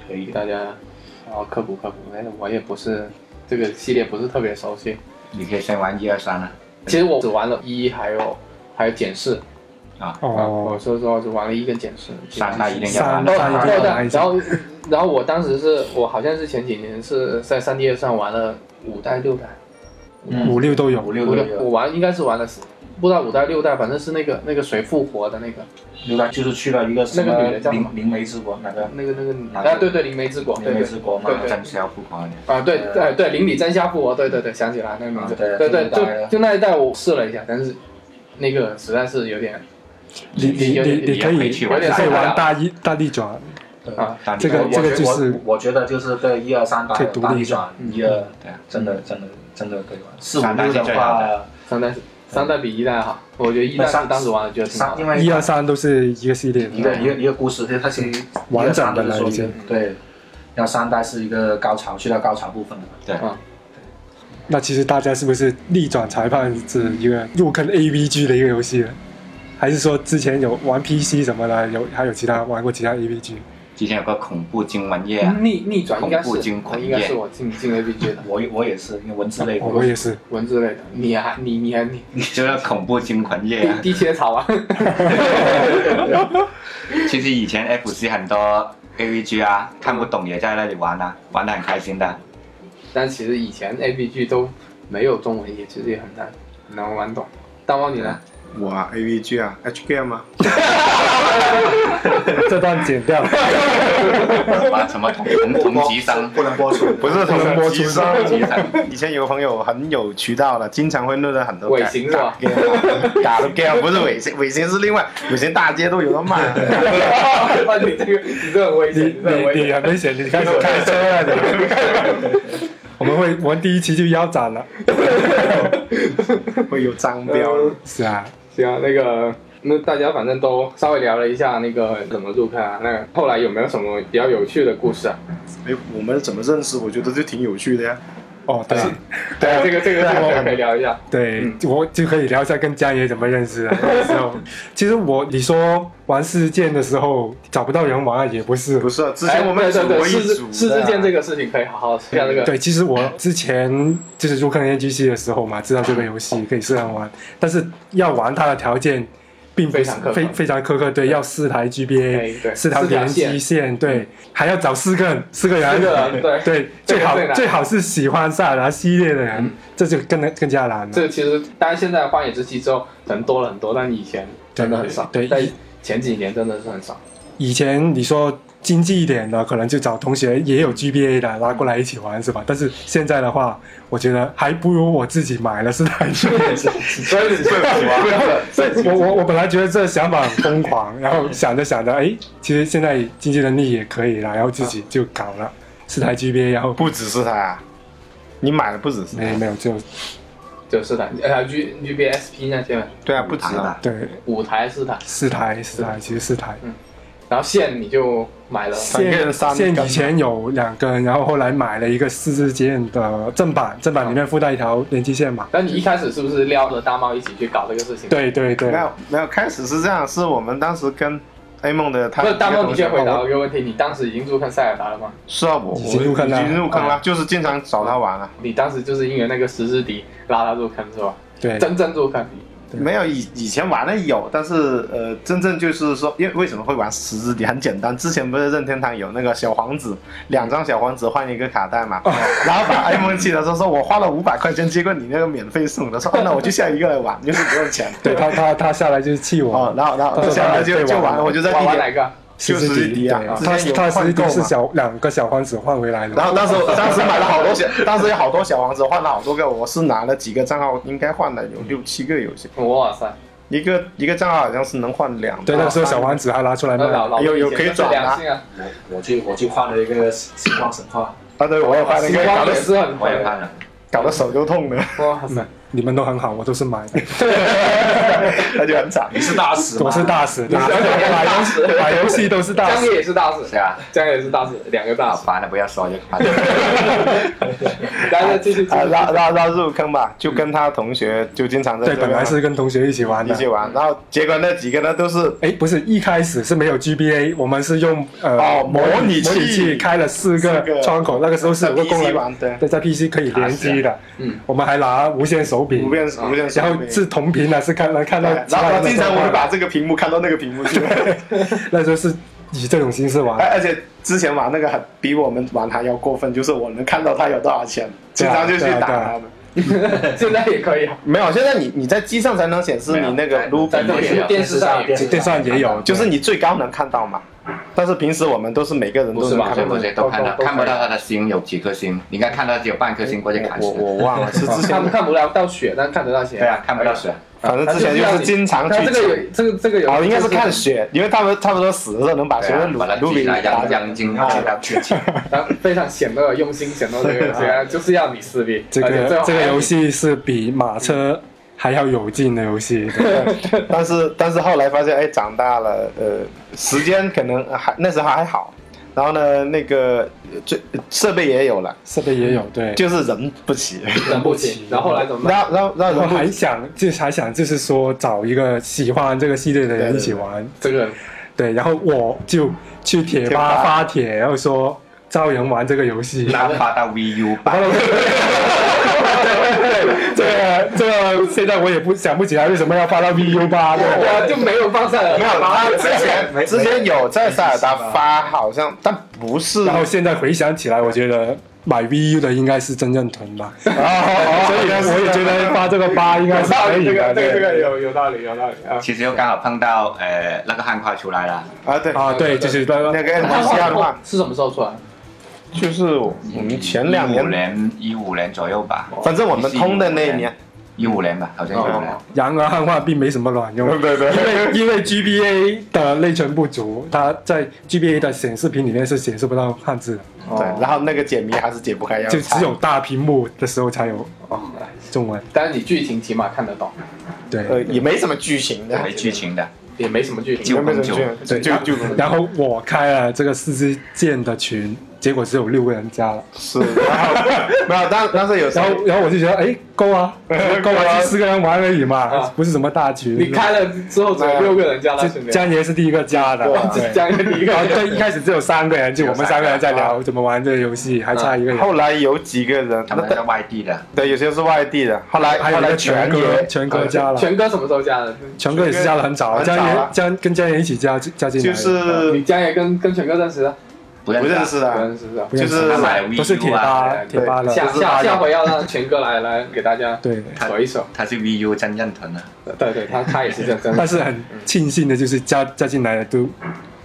Speaker 6: 可以
Speaker 2: 给。大家然后科普科普。哎，我也不是这个系列不是特别熟悉，
Speaker 3: 你可以先玩一二三啊，
Speaker 2: 其实我只玩了一，还有还有检视啊，我
Speaker 4: 哦，
Speaker 2: 说实话只玩了一跟检视，
Speaker 3: 三代一定要
Speaker 4: 三
Speaker 3: 玩，
Speaker 4: 三一定要玩一
Speaker 2: 哦然
Speaker 4: 下，
Speaker 2: 后，然后我当时是我好像是前几年是在三 DS 上玩了五代六代，
Speaker 4: 五六都有
Speaker 6: 嗯五。六个
Speaker 2: 我玩应该是玩了不知道五代六代，反正是那个那个谁复活的那个
Speaker 6: 刘丹就是去了一个什
Speaker 2: 那
Speaker 6: 么
Speaker 2: 个女的叫什么
Speaker 6: 灵灵媒之国，哪个
Speaker 2: 那个那个女
Speaker 6: 哪个
Speaker 2: 啊，对对，灵媒之国，对
Speaker 6: 灵媒
Speaker 2: 对
Speaker 6: 之国嘛
Speaker 2: 对，对
Speaker 3: 真是要不管的。
Speaker 2: 啊，对对对，邻里真夏复活，对对对，想起来那个名字，
Speaker 6: 啊对
Speaker 2: 对
Speaker 6: 这个打
Speaker 2: 对，
Speaker 6: 呀
Speaker 2: 就就那一代我试了一下，但是那个实在是有点
Speaker 4: 你你
Speaker 2: 有
Speaker 4: 你
Speaker 2: 点
Speaker 4: 你可
Speaker 3: 有
Speaker 4: 以
Speaker 3: 点
Speaker 4: 你
Speaker 2: 点
Speaker 3: 有
Speaker 4: 可以
Speaker 2: 太大
Speaker 4: 玩
Speaker 2: 了
Speaker 4: 大一大逆转，
Speaker 2: 啊，
Speaker 3: 但
Speaker 4: 这个
Speaker 6: 我
Speaker 4: 这个
Speaker 6: 觉
Speaker 4: 就是
Speaker 6: 我我觉得就是对一二三打
Speaker 4: 可以独立嗯
Speaker 6: 打逆转，一二
Speaker 3: 对啊
Speaker 6: 真的真的真的可以玩。四五
Speaker 3: 三代
Speaker 6: 六
Speaker 3: 是
Speaker 6: 的
Speaker 3: 最好
Speaker 6: 话
Speaker 3: 的，
Speaker 2: 三代三代比一代好，我觉得一代
Speaker 6: 那
Speaker 2: 是
Speaker 6: 上
Speaker 2: 当时玩的觉得挺好
Speaker 6: 三
Speaker 2: 的
Speaker 6: 因，为
Speaker 4: 一二三都是一个系列的，
Speaker 6: 一个一个一个故事，它其实
Speaker 4: 完整的
Speaker 6: 一二
Speaker 4: 来
Speaker 6: 三都
Speaker 4: 一
Speaker 6: 是说
Speaker 4: 些
Speaker 6: 一个对，然后三代是一个高潮，去到高潮部分了。
Speaker 3: 对，
Speaker 2: 啊
Speaker 4: 那其实大家是不是逆转裁判是一个入坑 A V G 的一个游戏了？还是说之前有玩 P C 什么的，有还有其他玩过其他 A V G？
Speaker 3: 之前有个恐怖惊魂夜啊，
Speaker 2: 逆逆转应该是
Speaker 3: 恐怖惊魂夜
Speaker 2: 应该是我进进 A B G 的
Speaker 6: 我我也是，因为文字类，
Speaker 4: 我也是，
Speaker 2: 文字类的，你还你你还你
Speaker 3: 就是恐怖惊魂夜 啊
Speaker 2: 地。地切草啊，
Speaker 3: 其实以前 FC 很多 AVG 啊，看不懂也在那里玩啊，玩的很开心的。
Speaker 2: 但其实以前 A B G 都没有中文，也其实也很难很难玩懂。大猫你呢？
Speaker 5: 我啊 A V G 啊，H game 啊，
Speaker 4: 这段剪掉。
Speaker 3: 玩什么同 同同级生？
Speaker 6: 不能播出。
Speaker 5: 不是同
Speaker 4: 播
Speaker 5: 人
Speaker 4: 出
Speaker 5: 机上
Speaker 3: 同级生，
Speaker 5: 以前有个朋友很有渠道的，经常会弄到很多
Speaker 2: 尾行是吧？
Speaker 5: game 啊打的 game 不是尾行，尾行是另外，尾行大街都有的卖。
Speaker 2: 那你这个你这很危
Speaker 4: 你
Speaker 2: 险，这很危
Speaker 4: 你你
Speaker 2: 险。
Speaker 4: 很危险， 你开始开车了你。啊我们会我们第一期就腰斩了。
Speaker 5: 会有张标的。
Speaker 4: 是啊，
Speaker 2: 行啊，那个，那大家反正都稍微聊了一下那个怎么入坑啊，那后来有没有什么比较有趣的故事啊？
Speaker 5: 哎，我们怎么认识？我觉得就挺有趣的呀。
Speaker 4: 哦对啊
Speaker 2: 对啊，这个这个这个可以聊一下。
Speaker 4: 对，我就可以聊一下跟江爷怎么认识的。 那时候，其实我你说玩事件的时候找不到人玩啊也不是，
Speaker 5: 不是啊，之前我
Speaker 2: 哎
Speaker 5: 们
Speaker 2: 对
Speaker 5: 组
Speaker 2: 对
Speaker 5: 过
Speaker 2: 对，
Speaker 5: 一
Speaker 2: 是
Speaker 5: 组，
Speaker 2: 是这件这个事情可以好好聊这个。
Speaker 4: 对，其实我之前就是入坑 NGC 的时候嘛，知道这个游戏可以试着玩，但是要玩它的条件并不
Speaker 2: 非
Speaker 4: 是
Speaker 2: 常苛刻
Speaker 4: 非非常苛刻，对，要四台
Speaker 2: 哎
Speaker 4: GBA，
Speaker 2: 对
Speaker 4: 四条
Speaker 2: 四条
Speaker 4: 联机
Speaker 2: 线嗯
Speaker 4: 线，对，还要找四个人，四个人，
Speaker 2: 四个人对这个
Speaker 4: 最好
Speaker 2: 最难嗯
Speaker 4: 最好是喜欢萨达系列的人，这就更难更加难了。
Speaker 2: 这个其实当然现在荒野之息之后人多了很多，但以前真的很少。
Speaker 4: 对
Speaker 2: 但前几年真的是很少。
Speaker 4: 以前你说经济一点的，可能就找同学也有 GBA 的拉过来一起玩，是吧？但是现在的话，我觉得还不如我自己买了四台 GBA。
Speaker 2: 所以
Speaker 4: 所以我我我本来觉得这想法很疯 狂，然后想着想着，哎，其实现在经济能力也可以了，然后自
Speaker 5: 啊
Speaker 4: 己就搞了四台 GBA，然后
Speaker 5: 不只是他啊，你买的不只是
Speaker 4: 没
Speaker 5: 他。
Speaker 4: 没有就
Speaker 2: 就是的，呃，G G B S P 那些嘛
Speaker 5: 对啊，不止啊
Speaker 3: 好吧，
Speaker 4: 对
Speaker 2: 五台四台，
Speaker 4: 四台四台其实四台
Speaker 2: 然后线你就买了，
Speaker 5: 三个人三
Speaker 4: 现
Speaker 5: 根
Speaker 4: 以前有两根，然后后来买了一个四支箭的正
Speaker 5: 啊
Speaker 4: 版，正版里面附带一条连接线嘛。
Speaker 2: 但你一开始是不是撩着大猫一起去搞这个事情？
Speaker 4: 对对对
Speaker 5: 没，有没有，开始是这样，是我们当时跟 A 梦的他
Speaker 2: 不是，大猫，你先回答
Speaker 5: 我
Speaker 2: 我一个问题：你当时已经入坑塞尔达了吗？
Speaker 5: 是啊，我我
Speaker 4: 已经入坑了
Speaker 5: 已经入坑
Speaker 4: 啊
Speaker 5: 了，就是经常找他玩啊。
Speaker 2: 你当时就是因为那个十字敌拉他入坑是吧？
Speaker 4: 对
Speaker 2: 真正入坑，
Speaker 5: 没有以以前玩的有，但是呃，真正就是说，因为为什么会玩十字敌？很简单，之前不是任天堂有那个小皇子，两张小皇子换一个卡带
Speaker 4: 哦
Speaker 5: 嘛， 然后把 iPhone 气的时候说，我花了五百块钱，结果你那个免费送的，说、啊那我就下一个来玩，就是不用钱。
Speaker 4: 对他他他下来就是气 我。
Speaker 5: 哦，然后然后
Speaker 4: 到时候
Speaker 5: 下来就
Speaker 4: 对
Speaker 5: 就
Speaker 4: 玩
Speaker 5: 玩了，我就在
Speaker 2: 玩
Speaker 5: 地
Speaker 2: 玩
Speaker 5: 铁
Speaker 2: 哪个？
Speaker 5: 就是
Speaker 4: 十字
Speaker 5: 敌
Speaker 4: 敌
Speaker 5: 啊，
Speaker 4: 对
Speaker 5: 之
Speaker 4: 他
Speaker 5: 前有
Speaker 4: 他十字
Speaker 5: 换购
Speaker 4: 敌是
Speaker 5: 嘛。
Speaker 4: 小两个小皇子换回来的。
Speaker 5: 然后当时我当时买了好多小，当时有好多小王子换了好多个，我是拿了几个账号，应该换了有六七个游戏，
Speaker 2: 哇塞，
Speaker 5: 一个一个账号好像是能换两
Speaker 4: 对，那个时候小
Speaker 5: 王
Speaker 4: 皇子还拿出来卖
Speaker 2: 那。老老
Speaker 5: 有有
Speaker 2: 以前
Speaker 5: 可以
Speaker 2: 就是
Speaker 5: 转的
Speaker 2: 良心啊！
Speaker 6: 我我去我去换了一个星光神话，
Speaker 5: 啊，对我也换了一
Speaker 2: 时
Speaker 5: 个，搞
Speaker 2: 光也
Speaker 5: 得
Speaker 2: 是很
Speaker 3: 我也
Speaker 2: 快
Speaker 3: 看了，
Speaker 5: 搞得手都痛了，
Speaker 2: 哇塞，
Speaker 4: 你们都很好，我都是买的，
Speaker 5: 那就很惨。
Speaker 6: 你是大使吗？
Speaker 4: 我是大使，大使买游戏 买游戏都是大
Speaker 2: 江
Speaker 4: 使。
Speaker 2: 爷也是大使
Speaker 3: 是，啊，
Speaker 2: 江爷也是大使，两个大
Speaker 3: 好
Speaker 2: 使。
Speaker 3: 烦啊了，不要说就烦。啊
Speaker 2: 大家继续继
Speaker 5: 啊，
Speaker 2: 续，
Speaker 5: 拉拉拉入坑吧，就跟他同学就经常在
Speaker 4: 对，
Speaker 5: 这
Speaker 4: 本
Speaker 5: 边
Speaker 4: 来是跟同学一起玩
Speaker 5: 一
Speaker 4: 的。
Speaker 5: 起玩，然后结果那几个呢都是
Speaker 4: 哎，不是，一开始是没有 GBA，我们是用呃
Speaker 5: 哦
Speaker 4: 模
Speaker 5: 模拟器
Speaker 4: 模拟器开了四
Speaker 5: 四
Speaker 4: 个
Speaker 5: 个
Speaker 4: 窗口，那个时候是有个功
Speaker 5: 在 PC
Speaker 4: 能
Speaker 5: 玩，对
Speaker 4: 对，在 PC 可以联机的。嗯，我们还拿无线手柄
Speaker 5: 无，边无边
Speaker 4: 啊然后是同屏的，是看能看到
Speaker 5: 对，
Speaker 4: 其
Speaker 5: 然
Speaker 4: 他人
Speaker 5: 后
Speaker 4: 的
Speaker 5: 经
Speaker 4: 状
Speaker 5: 常我
Speaker 4: 况
Speaker 5: 会把这个屏幕看到那个屏幕去。
Speaker 4: 那时候是以这种形式玩的
Speaker 5: 而。而且之前玩那个很比我们玩还要过分，就是我能看到他有多少钱，经常就去打
Speaker 4: 对啊对
Speaker 5: 他
Speaker 4: 啊
Speaker 5: 们。
Speaker 2: 现在也可以啊。
Speaker 5: 没有，现在你你在机上才能显示
Speaker 3: 没有
Speaker 5: 你那个
Speaker 3: 在
Speaker 5: l u b
Speaker 2: 在
Speaker 5: i
Speaker 2: 这里啊
Speaker 6: 电视上电视
Speaker 4: 电上也有，
Speaker 5: 就是你最高能看到嘛。但是平时我们都是每个人都
Speaker 2: 不是
Speaker 5: 能
Speaker 2: 吧
Speaker 5: 看
Speaker 3: 所
Speaker 5: 到
Speaker 3: 以。我也都看到，
Speaker 2: 都都
Speaker 3: 看不到他的星有几颗星，你应该看到只有半颗星或者砍
Speaker 5: 我
Speaker 3: 死。
Speaker 5: 我忘了，是之前
Speaker 2: 看看不到到雪，但看得到雪。
Speaker 3: 对啊，看不到水。
Speaker 5: 反正之前就是经常
Speaker 2: 他
Speaker 5: 去
Speaker 2: 这个有这个这个有，
Speaker 5: 哦，应该是看雪，因为他们差不多死的时候能把
Speaker 3: 对
Speaker 5: 所有
Speaker 3: 啊
Speaker 5: 的，鲁
Speaker 3: 把它
Speaker 5: 鲁
Speaker 3: 举
Speaker 5: 比
Speaker 3: 起来，
Speaker 5: 打
Speaker 3: 让让金
Speaker 6: 啊
Speaker 3: 去到去
Speaker 2: 然后非常显露用心，显露这个，对啊，就是要你撕逼。
Speaker 4: 这
Speaker 2: 而且
Speaker 4: 个
Speaker 2: 最后
Speaker 4: 这个
Speaker 2: 还要
Speaker 4: 游
Speaker 2: 你
Speaker 4: 戏是比马车还要有劲的游戏。
Speaker 5: 但是但是后来发现，哎，长大了，呃，时间可能还那时候还好，然后呢，那个呃最设备也有了，
Speaker 4: 设备也有，
Speaker 2: 嗯
Speaker 4: 对。
Speaker 5: 就是人不齐，
Speaker 2: 忍不起，然后后来怎么办？
Speaker 5: 让让让
Speaker 4: 我
Speaker 5: 人不
Speaker 4: 还想就是还想就是说找一个喜欢这个系列的人一起玩，
Speaker 2: 这个
Speaker 4: 对，然后我就去贴
Speaker 5: 贴
Speaker 4: 吧
Speaker 5: 吧
Speaker 4: 发帖，然后说招人玩这个游戏。
Speaker 3: 他发到 VU 版，
Speaker 4: 这个这个现在我也不想不起来为什么要发到 VU 吧，对
Speaker 2: 我就没有放上了
Speaker 5: 没。有，他之
Speaker 6: 没
Speaker 5: 前之前有在塞尔达发，好像但不是
Speaker 4: 然后现在回想起来，我觉得买 VU 的应该是真正囤吧，
Speaker 5: 哦
Speaker 4: 所以
Speaker 2: 哦
Speaker 4: 我也觉得发这个八应该是
Speaker 2: 道
Speaker 4: 可
Speaker 2: 理，
Speaker 4: 以
Speaker 2: 这个
Speaker 4: 的。
Speaker 2: 这个这个
Speaker 4: 对
Speaker 2: 有有道理，有道理啊。
Speaker 3: 其实又刚好碰到呃那个汉化出来了，
Speaker 5: 啊，对
Speaker 4: 啊，对，就是那
Speaker 5: 那
Speaker 4: 个
Speaker 5: 个 NPC 二的话，
Speaker 2: 是什么时候出来？
Speaker 5: 就是我们前两
Speaker 3: 一五
Speaker 5: 年，
Speaker 3: 年一五年左右吧，
Speaker 5: 反正我们通的那一年，
Speaker 3: 一五年吧，好像一五年
Speaker 5: 哦。
Speaker 4: 然而汉化并没什么卵用，
Speaker 5: 对对
Speaker 4: 因为因为 GBA 的内存不足，它在 GBA 的显示屏里面是显示不到汉字的，
Speaker 5: 对，然后那个解谜还是解不开，要
Speaker 4: 就只有大屏幕的时候才有中文。
Speaker 2: 哦但是你剧情起码看得懂，
Speaker 5: 呃
Speaker 4: 对，
Speaker 5: 也没什么剧情的，
Speaker 3: 没剧情的，
Speaker 2: 也没什么剧情。
Speaker 5: 也没什么剧
Speaker 4: 对
Speaker 5: 情，就 就
Speaker 4: 然后我开了这个四支箭的群，结果只有六个人加了，
Speaker 5: 是，然后 没有，但但是有时
Speaker 4: 然
Speaker 5: 候
Speaker 4: 后然后我就觉得哎够 啊，够啊，就四个人玩而已嘛
Speaker 2: 啊，
Speaker 4: 不是什么大群。
Speaker 2: 你开了之后只有六个人加到群
Speaker 4: 这
Speaker 2: 里，
Speaker 4: 江爷是第一个加的，对。
Speaker 2: 加一个你一个
Speaker 4: 然后
Speaker 2: 人，
Speaker 4: 对，一开始只有三个人，就我们三个人在聊怎么玩这个游戏，还差一个人。
Speaker 5: 啊后来有几个人，
Speaker 3: 他
Speaker 5: 那
Speaker 3: 们在外地的，
Speaker 5: 对，有些是外地的，后来
Speaker 4: 还有
Speaker 5: 后
Speaker 4: 一个
Speaker 5: 来
Speaker 4: 全
Speaker 5: 全呃
Speaker 4: 哥，
Speaker 5: 也
Speaker 4: 全哥加了，
Speaker 2: 全哥什么时候加的？
Speaker 4: 全哥也是加的很早，
Speaker 5: 很早
Speaker 4: 江爷
Speaker 5: 啊
Speaker 4: 江跟江爷一起加加进来
Speaker 5: 就
Speaker 4: 的，
Speaker 5: 是
Speaker 2: 你加也跟跟全哥啊认识的？
Speaker 3: 不
Speaker 5: 不认
Speaker 3: 认识
Speaker 5: 识
Speaker 2: 不
Speaker 5: 的，
Speaker 2: 认识的。
Speaker 4: 不认识
Speaker 5: 就是
Speaker 3: 他买 VU
Speaker 4: 都是铁
Speaker 3: 啊，
Speaker 4: 吧铁吧的，
Speaker 2: 啊下
Speaker 5: 就是
Speaker 2: 下
Speaker 5: 他
Speaker 2: 下回要让全哥来来给大家
Speaker 4: 对。
Speaker 2: 走一手。
Speaker 3: 他是 VU 真认屯啊，
Speaker 2: 对对， 他他也是这样，真的
Speaker 4: 但。是很庆幸的就是加加进来的都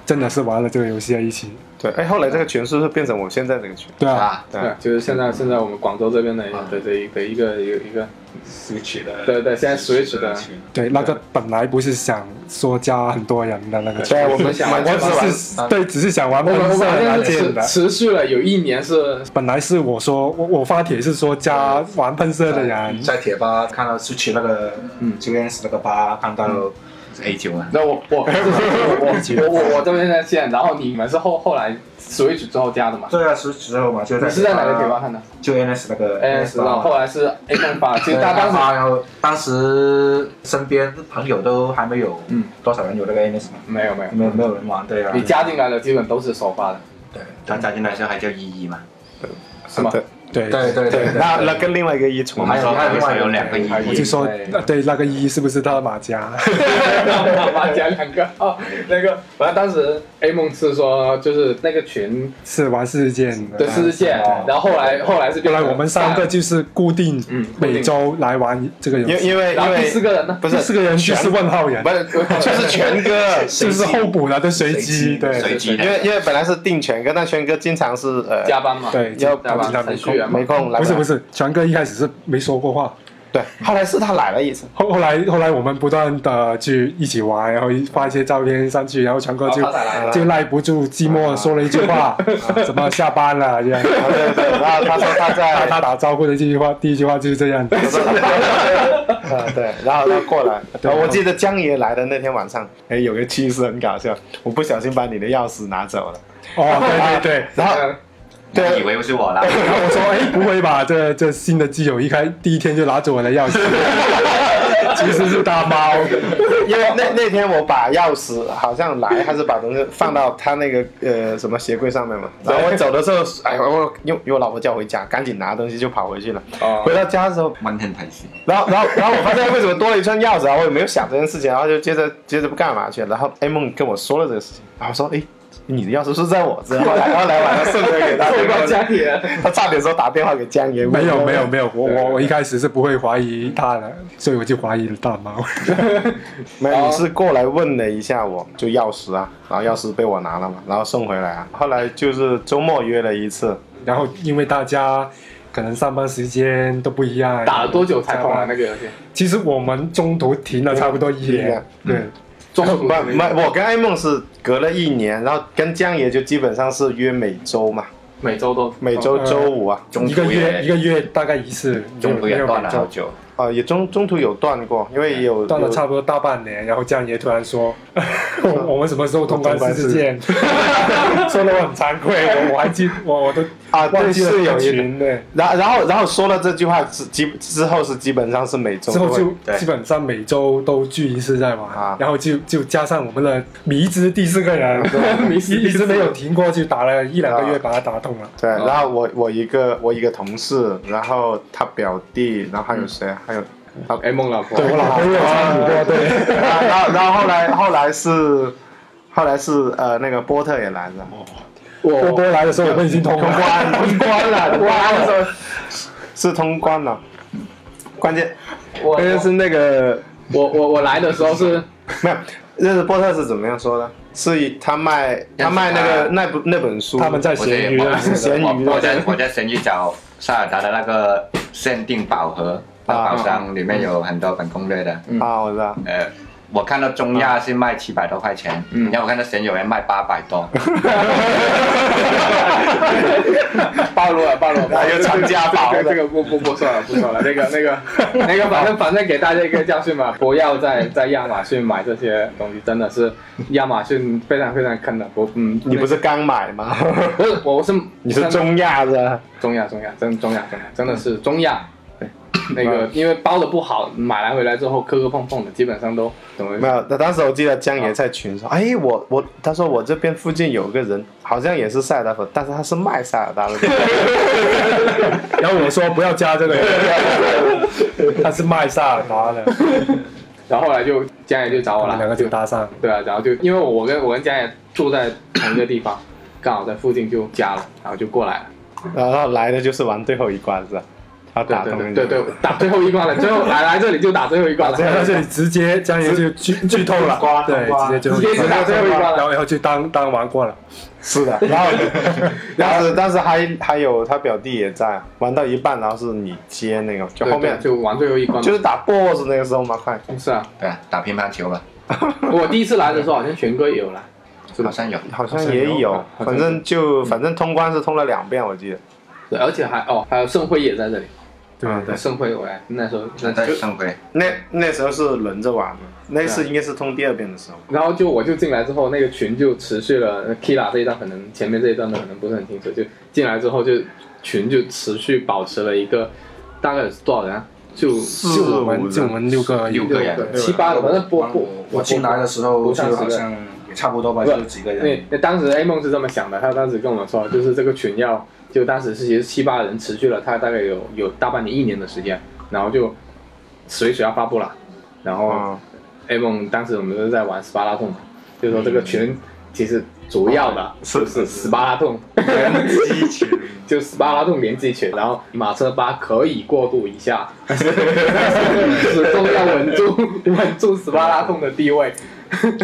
Speaker 4: 真的是玩了这个游戏在啊一起，
Speaker 5: 对，哎，后来这个群是不是变成我现在这个群？
Speaker 4: 对
Speaker 3: 是
Speaker 4: 啊，
Speaker 3: 吧？
Speaker 5: 对，
Speaker 2: 对，就是现在现在我们广州这边的
Speaker 3: 啊
Speaker 2: 的这一的一个一个一个，
Speaker 6: Switch 的
Speaker 2: 对对，现在 Switch 的
Speaker 4: 对，那个本来不是想说加很多人的那个群，
Speaker 5: 对，我们
Speaker 2: 想
Speaker 5: 我
Speaker 4: 我
Speaker 5: 们
Speaker 4: 只
Speaker 5: 是
Speaker 4: 是对，只是想玩
Speaker 2: 我们我
Speaker 4: 喷
Speaker 2: 们好
Speaker 4: 射拉
Speaker 2: 像
Speaker 4: 剑
Speaker 2: 是
Speaker 4: 的
Speaker 2: 持。持续了有一年是
Speaker 4: 本来是我说我我发帖是说加玩喷射的人，
Speaker 6: 在铁吧看到 Switch 那个嗯 GNS 那个吧，看到
Speaker 4: 嗯
Speaker 3: 是 A 九啊，
Speaker 2: 那我 我我我我我这边在线，然后你们是后后来 Switch 之后加的嘛？
Speaker 6: 对啊，十之后嘛，就在
Speaker 2: 你是在哪个铁吧看的
Speaker 6: 就 NS 那个
Speaker 2: ？NS，然后后来啊呃是 A 梦发，其
Speaker 6: 对
Speaker 2: 实大家
Speaker 6: 当时
Speaker 2: 当时
Speaker 6: 然后当时身边朋友都还没有，
Speaker 2: 嗯，
Speaker 6: 多少人有那个 NS 嘛，
Speaker 2: 没有没有，
Speaker 6: 没有没有人玩，对啊，
Speaker 2: 你加进来的基本都是首发的，
Speaker 6: 对
Speaker 3: 他加进来的时候还叫一 E 一嘛，
Speaker 2: 是吗？
Speaker 5: 对
Speaker 4: 对
Speaker 6: 对对对，
Speaker 5: 那那跟另外一个一重
Speaker 3: 我
Speaker 5: 合
Speaker 3: 们
Speaker 6: 还有
Speaker 3: 说
Speaker 6: 还有
Speaker 3: 我们
Speaker 6: 另
Speaker 3: 说
Speaker 6: 外一个
Speaker 3: 有两个一
Speaker 4: 我就
Speaker 3: 一，
Speaker 4: 说
Speaker 6: 对
Speaker 4: 呃对那个一是不是他的马甲？
Speaker 2: 妈加两个哦，那个反正当时 A 梦是说就是那个群
Speaker 4: 是玩世界
Speaker 2: 的
Speaker 4: 的。
Speaker 2: 世界
Speaker 6: 哦，
Speaker 2: 然后后来后来是
Speaker 4: 后
Speaker 2: 变
Speaker 4: 来
Speaker 2: 成
Speaker 4: 我们三个，就是固定
Speaker 2: 嗯固定
Speaker 4: 每周来玩这个游
Speaker 5: 因
Speaker 4: 戏，
Speaker 5: 因为
Speaker 2: 然
Speaker 5: 因
Speaker 2: 后第
Speaker 5: 为
Speaker 2: 四个人呢？
Speaker 5: 不
Speaker 4: 这
Speaker 5: 是
Speaker 4: 四个人就是问号人
Speaker 5: 不，是就是全 哥，
Speaker 4: 就是后补来的随
Speaker 6: 随
Speaker 4: 机，
Speaker 6: 机
Speaker 4: 对
Speaker 3: 随机
Speaker 5: 因
Speaker 3: 的，
Speaker 5: 为因为本来是定全哥，但全哥经常是呃
Speaker 2: 加班嘛，
Speaker 4: 对，
Speaker 5: 要
Speaker 2: 加班
Speaker 4: 他
Speaker 2: 程
Speaker 4: 没
Speaker 2: 序员
Speaker 4: 空。
Speaker 2: 嘛
Speaker 5: 没空来，
Speaker 4: 不是不，是，全哥一开始是没说过话，
Speaker 5: 对，后来是他来了一次，
Speaker 4: 后后来后来我们不断的去一起玩，然后发一些照片上去，然后全哥就
Speaker 2: 哦他来了
Speaker 4: 就耐不住寂寞说了一句话，怎么下班了这样，
Speaker 5: 对对对，然后他说他
Speaker 4: 他
Speaker 5: 在
Speaker 4: 他打招呼的这句话，第一句话就是这样的，
Speaker 5: 啊，对，然后他过来，然后我记得江爷来的那天晚上，哎，有个趣事很搞笑，我不小心把你的钥匙拿走了，
Speaker 4: 哦对对对。
Speaker 5: 然后
Speaker 2: 嗯
Speaker 5: 对
Speaker 3: 我以为是我啦，
Speaker 4: 然后我说：“哎，不会吧？这这新的基友一开第一天就拿走我的钥匙， 其实是大猫。
Speaker 5: 因为那那天我把钥匙好像来还是把东西放到他那个呃什么鞋柜上面嘛，然后我走的时候，哎，我因为因为我老婆叫我回家，赶紧拿东西就跑回去了，
Speaker 2: 哦
Speaker 5: 回到家的时候。
Speaker 3: 温馨提示，
Speaker 5: 然后，然后，然后我发现为什么多了一串钥匙啊？我也没有想这件事情，然后就接着接着不干嘛去了。然后 A 梦跟我说了这个事情，然后我说，哎，你的钥匙是在我这，后来然后来晚上顺便给他
Speaker 2: 后
Speaker 5: 电
Speaker 2: 面
Speaker 5: 话，
Speaker 2: 家里人，
Speaker 5: 他差点说打电话给江爷，
Speaker 4: 没 有没有没有，我
Speaker 5: 对
Speaker 4: 我我一开始是不会怀疑他的，所以我就怀疑了大猫。
Speaker 5: 没有，你是过来问了一下我，就钥匙啊，然后钥匙被我拿了嘛，然后送回来啊。后来就是周末约了一次，
Speaker 4: 然后因为大家可能上班时间都不一样，
Speaker 2: 打了多久才
Speaker 4: 加
Speaker 2: 通
Speaker 4: 班
Speaker 2: 完那个游戏？
Speaker 4: 其实我们中途停了差不多一年，对，
Speaker 2: 中
Speaker 5: 不
Speaker 2: 途
Speaker 5: 不，我跟艾梦是隔了一年，然后跟江爷就基本上是约每周嘛，
Speaker 2: 每周都
Speaker 5: 每周
Speaker 4: 嗯
Speaker 5: 周五啊，
Speaker 3: 中
Speaker 4: 一个
Speaker 3: 途
Speaker 4: 月一
Speaker 3: 也
Speaker 4: 个月大概一次，
Speaker 3: 中途
Speaker 4: 没有
Speaker 3: 也
Speaker 4: 没有
Speaker 3: 断了
Speaker 4: 每周
Speaker 3: 好久，
Speaker 5: 啊也中中途有断过，因为有
Speaker 4: 断了
Speaker 5: 有
Speaker 4: 差不多大半年，然后江爷突然说，我我们什么时候通关十次见？说的我很惭愧，我我还记我我都
Speaker 5: 啊
Speaker 4: 忘
Speaker 5: 对
Speaker 4: 记了
Speaker 5: 是有
Speaker 4: 这
Speaker 5: 一
Speaker 4: 群对，
Speaker 5: 然然后然后说了这句话之基之后是基本上是每周
Speaker 4: 之后
Speaker 5: 都会
Speaker 4: 就
Speaker 3: 对
Speaker 4: 基本上每周都聚一次在玩，
Speaker 5: 啊
Speaker 4: 然后就就加上我们的迷之第四个人，
Speaker 2: 迷
Speaker 4: 一
Speaker 2: 之第四
Speaker 4: 一直没有停过，就打了一两个月
Speaker 5: 啊
Speaker 4: 把它打通了。
Speaker 5: 对，然后我我一个我一个同事，然后他表弟，然后还有谁？啊还有 他
Speaker 2: A 梦老婆，
Speaker 4: 我老婆也有参与过，对。
Speaker 5: 然后然后后来后来是后来是呃那个波特也来了，
Speaker 4: 波波来的时候我们已经通了，
Speaker 5: 关通关 了，通关了，是通关了。关键
Speaker 2: 我
Speaker 5: 关键是那个
Speaker 2: 我我我来的时候是
Speaker 5: 没有认识波特是怎么样说的？是他卖他卖那个那部那本书，
Speaker 4: 他们在
Speaker 3: 我这
Speaker 4: 咸
Speaker 3: 也
Speaker 4: 鱼的
Speaker 3: 忙
Speaker 5: 是咸鱼的
Speaker 4: 啊
Speaker 3: 我我在我在神鱼找塞尔达的那个限定宝盒，那宝箱里面有很多本攻略的。
Speaker 4: 嗯
Speaker 5: 啊，我知道。
Speaker 3: 呃，我看到中亚是卖七百多块钱，
Speaker 4: 嗯
Speaker 3: 然后我看到神有人卖八百多，
Speaker 2: 暴露了，暴露了，
Speaker 5: 那就藏家宝
Speaker 2: 这个这个不不不说了，不说了，那个那个那个，反正反正给大家一个教训嘛，不要在在亚马逊买这些东西，真的是亚马逊非常非常坑的。我嗯，
Speaker 5: 你不是刚买 吗？
Speaker 2: 不是我是
Speaker 5: 你是
Speaker 2: 真的
Speaker 5: 中亚的，
Speaker 2: 中亚中亚真中亚中亚真的是中亚。那个，因为包的不好，买来回来之后磕磕碰碰的，基本上都怎么
Speaker 5: 没有，那当时我记得江爷在群说，哎，我我，他说我这边附近有个人，好像也是塞尔达粉，但是他是卖塞尔达的，
Speaker 4: 然后我说不要加这个， 他是卖萨尔达的，
Speaker 2: 然后后来就江爷就找
Speaker 4: 我
Speaker 2: 我
Speaker 4: 们
Speaker 2: 了，
Speaker 4: 两个就
Speaker 2: 就
Speaker 4: 搭上。
Speaker 2: 对啊，然后就因为我我跟我跟家人住在同一个地方，刚好在附近就加了，然后就过来了。
Speaker 5: 然后来的就是玩最后一关是吧？他
Speaker 2: 对
Speaker 5: 打通
Speaker 2: 对
Speaker 5: 人
Speaker 2: 对对，对打最后一关了，最后来来这里就打最后一关了。
Speaker 4: 然后这里直接江爷就剧剧透了
Speaker 6: 瓜，
Speaker 4: 对，
Speaker 6: 瓜
Speaker 4: 直接就
Speaker 2: 直接就打最后一关了
Speaker 4: 然后然后就当当玩过了，
Speaker 5: 是的， 然后当时当时还还有他表弟也在玩到一半，然后是你接那个，就
Speaker 2: 对
Speaker 5: 后面
Speaker 2: 对就玩最后一关嘛，
Speaker 5: 就是打 BOSS 那个时候嘛，快
Speaker 2: 是啊，
Speaker 3: 对啊，打乒乓球吧，
Speaker 2: 我第一次来的时候好像玄哥也有来，
Speaker 3: 好像有。
Speaker 5: 好像也有，
Speaker 2: 好像有嗯
Speaker 5: 反正就反正通关是通了两遍，我记得。
Speaker 2: 对，而且还哦还有盛辉也在这里，
Speaker 4: 对对。
Speaker 2: 盛辉我来那时候那
Speaker 3: 那在
Speaker 2: 就
Speaker 3: 圣辉，
Speaker 5: 啊那那时候是轮着玩的，那次应该是通第二遍的时候。
Speaker 2: 然后就我就进来之后，那个群就持续了 Kira 这一段，可能前面这一段的可能不是很清楚，就进来之后就群就持续保持了一个大概有多少人、啊？就
Speaker 5: 四
Speaker 4: 就我们就我们六个
Speaker 3: 六
Speaker 2: 六
Speaker 3: 个人
Speaker 2: 个七八个，反正波波
Speaker 6: 我进来的时候
Speaker 2: 不上
Speaker 6: 就
Speaker 2: 十个
Speaker 6: 好像也差不多吧，
Speaker 2: 不
Speaker 6: 就几个
Speaker 2: 那
Speaker 6: 人。
Speaker 2: 那当时 A 梦是这么想的，他当时跟我们说，就是这个群要，就当时是其实七八人持续了，他大概有有大半年一年的时间，然后就水水要发布了，然后
Speaker 6: 哦
Speaker 5: 啊，
Speaker 2: A 梦当时我们都在玩斯巴拉痛嘛，就说这
Speaker 6: 嗯
Speaker 2: 个群其实主要
Speaker 6: 哦
Speaker 2: 的
Speaker 5: 是
Speaker 2: 是斯巴拉痛，
Speaker 5: 机群。
Speaker 2: 就斯巴拉洞连击群，然后马车巴可以过渡一 下，但是始终要稳住稳住斯巴拉洞的地位。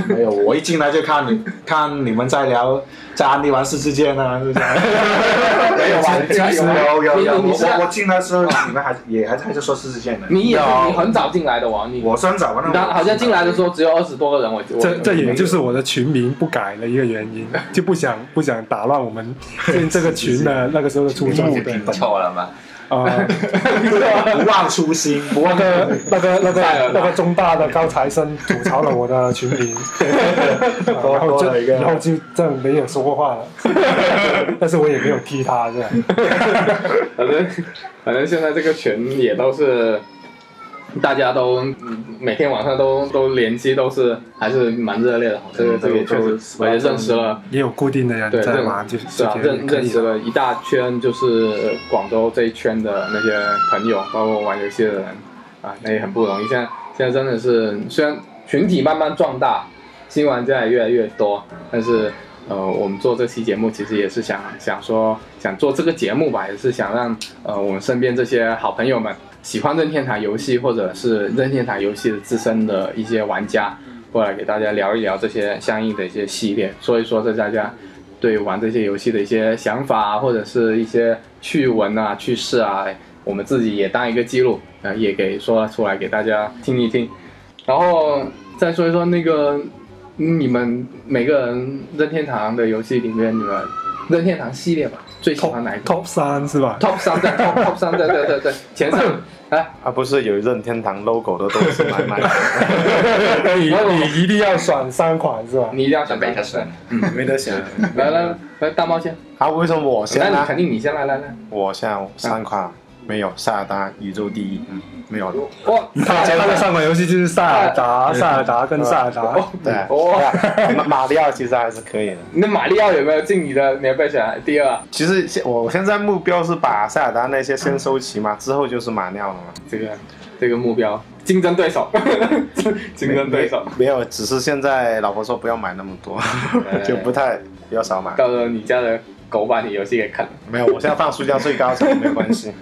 Speaker 6: 没有，我一进来就看你看你们在聊在安利玩世之间啊，是不是？ 哎
Speaker 5: 没有玩家有
Speaker 6: 有有有，
Speaker 2: 你
Speaker 6: 我
Speaker 2: 你是啊
Speaker 6: 我我进来的时候你们还也还还在说世之间呢。
Speaker 2: 你也是你很早进来的哦，你
Speaker 6: 我算早吧，那我
Speaker 2: 当好像进来的时候只有二十多个人，我我
Speaker 4: 这这也就是我的群名不改的一个原因，就不想不想打乱我们这这个 群的那个时候的初
Speaker 3: 你
Speaker 4: 衷
Speaker 3: 是
Speaker 4: 对
Speaker 3: 拼错了吗？
Speaker 4: 啊。
Speaker 6: 不忘初心，不忘
Speaker 4: 那个那个 那个那个中大的高材生吐槽了我的群 名，啊然后
Speaker 5: 多
Speaker 4: 就
Speaker 5: 了一个
Speaker 4: 以后就这样没有说 过话了，但是我也没有踢他这样。
Speaker 2: 反正反正现在这个群也都是。大家都嗯每天晚上都都联机，都是还是蛮热烈的。这个这个也确实，我也认识了
Speaker 4: 也有固定的人
Speaker 2: 对，
Speaker 4: 在
Speaker 2: 认
Speaker 4: 玩，就是
Speaker 2: 对啊，认认识了一大圈，就是广州这一圈的那些朋友，包括玩游戏的人啊，那也很不容易。现在现在真的是，虽然群体慢慢壮大，新玩家也越来越多，但是呃，我们做这期节目其实也是想想说，想做这个节目吧，也是想让呃我们身边这些好朋友们喜欢任天堂游戏或者是任天堂游戏的自身的一些玩家，过来给大家聊一聊这些相应的一些系列，说一说这大家对玩这些游戏的一些想法啊，或者是一些趣闻啊、趣事啊，我们自己也当一个记录，啊、也给说出来给大家听一听。然后再说一说那个嗯你们每个人任天堂的游戏里面，你们任天堂系列吧，最喜欢哪一个
Speaker 4: Top 三是 吧？
Speaker 2: ？Top 三对 Top Top 三对对对对，前三来，
Speaker 5: 啊，不是有任天堂 logo 的东西买买，
Speaker 4: 你你一定要选三款是吧？
Speaker 2: 你一定要选
Speaker 3: 没得 选，
Speaker 5: 没得选。
Speaker 2: 来来来，大猫先，
Speaker 5: 啊，为什么我先
Speaker 2: 那你
Speaker 5: 呢
Speaker 2: 肯？定你先来来来，
Speaker 5: 我像三款没有萨尔达宇宙第一，嗯，没有了。
Speaker 2: 哇，
Speaker 4: 他他的三款游戏就是塞 尔达、塞尔达跟塞尔达。
Speaker 5: 对啊，
Speaker 2: 哇，
Speaker 5: 马马里奥其实还是可以的。
Speaker 2: 哦那马里奥有没有进你的免费选第二？啊
Speaker 5: 其实现我现在目标是把塞尔达那些先收齐嘛，之后就是马里奥了嘛。
Speaker 2: 这个这个目标，竞争对手， 竞争对手，
Speaker 5: 没有，只是现在老婆说不要买那么多， 就不太比较少买。
Speaker 2: 到时候你家的狗把你游戏给啃了。
Speaker 5: 没有，我现在放书架最高层没有关系。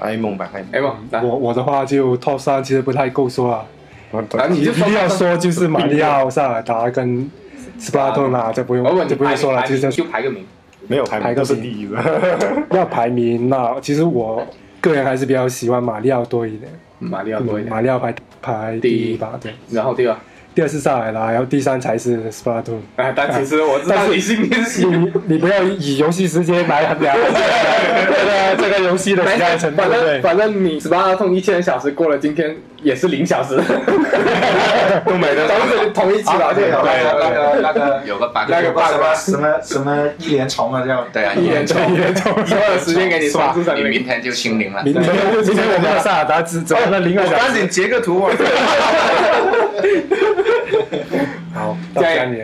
Speaker 5: A 梦吧，A
Speaker 2: 哎不，来，
Speaker 4: 我我的话就 Top 三其实不太够说啊，
Speaker 5: 梦。
Speaker 2: 来
Speaker 4: 你
Speaker 2: 你
Speaker 4: 一
Speaker 2: 就说
Speaker 4: 定要说就是马里奥、塞尔达跟 Splatoon 啊，这不
Speaker 2: 我
Speaker 4: 用
Speaker 2: 问你
Speaker 4: 这不用说了，
Speaker 2: 排
Speaker 4: 就
Speaker 2: 名
Speaker 4: 是
Speaker 2: 就排个名，
Speaker 5: 没有排
Speaker 4: 排
Speaker 5: 名
Speaker 4: 个
Speaker 5: 都是
Speaker 4: 名
Speaker 5: 第一的。
Speaker 4: 要排名那其实我个人还是比较喜欢马里奥多一点，
Speaker 2: 马里奥多一
Speaker 4: 嗯
Speaker 2: 点，
Speaker 4: 马里奥排排第一吧，对，
Speaker 2: 然后第二。
Speaker 4: 第二是塞尔达，然后第三才是 Splatoon。
Speaker 2: 哎，但其实我知道你心里是喜欢
Speaker 4: 你你不要以游戏时间来衡量这个这个游戏的喜爱程度，
Speaker 2: 反
Speaker 4: 对
Speaker 2: 正。反正你十八通一千小时过了，今天也是零 小时，都没了，啊咱们是同一期
Speaker 6: 啊
Speaker 2: 吧？对，来来来来
Speaker 6: 那个
Speaker 3: 有个 bug，
Speaker 2: 哎那个 bug
Speaker 6: 什么什么什么一连虫啊，这样
Speaker 3: 对啊，
Speaker 2: 一连中，一连中，所有时间给你刷出成
Speaker 3: 你明
Speaker 2: 零。
Speaker 3: 天就清零了。
Speaker 4: 明天明天我们要塞尔达只走了零个小时，
Speaker 5: 紧截个图我。
Speaker 4: 好，到
Speaker 2: 加油
Speaker 4: 下你。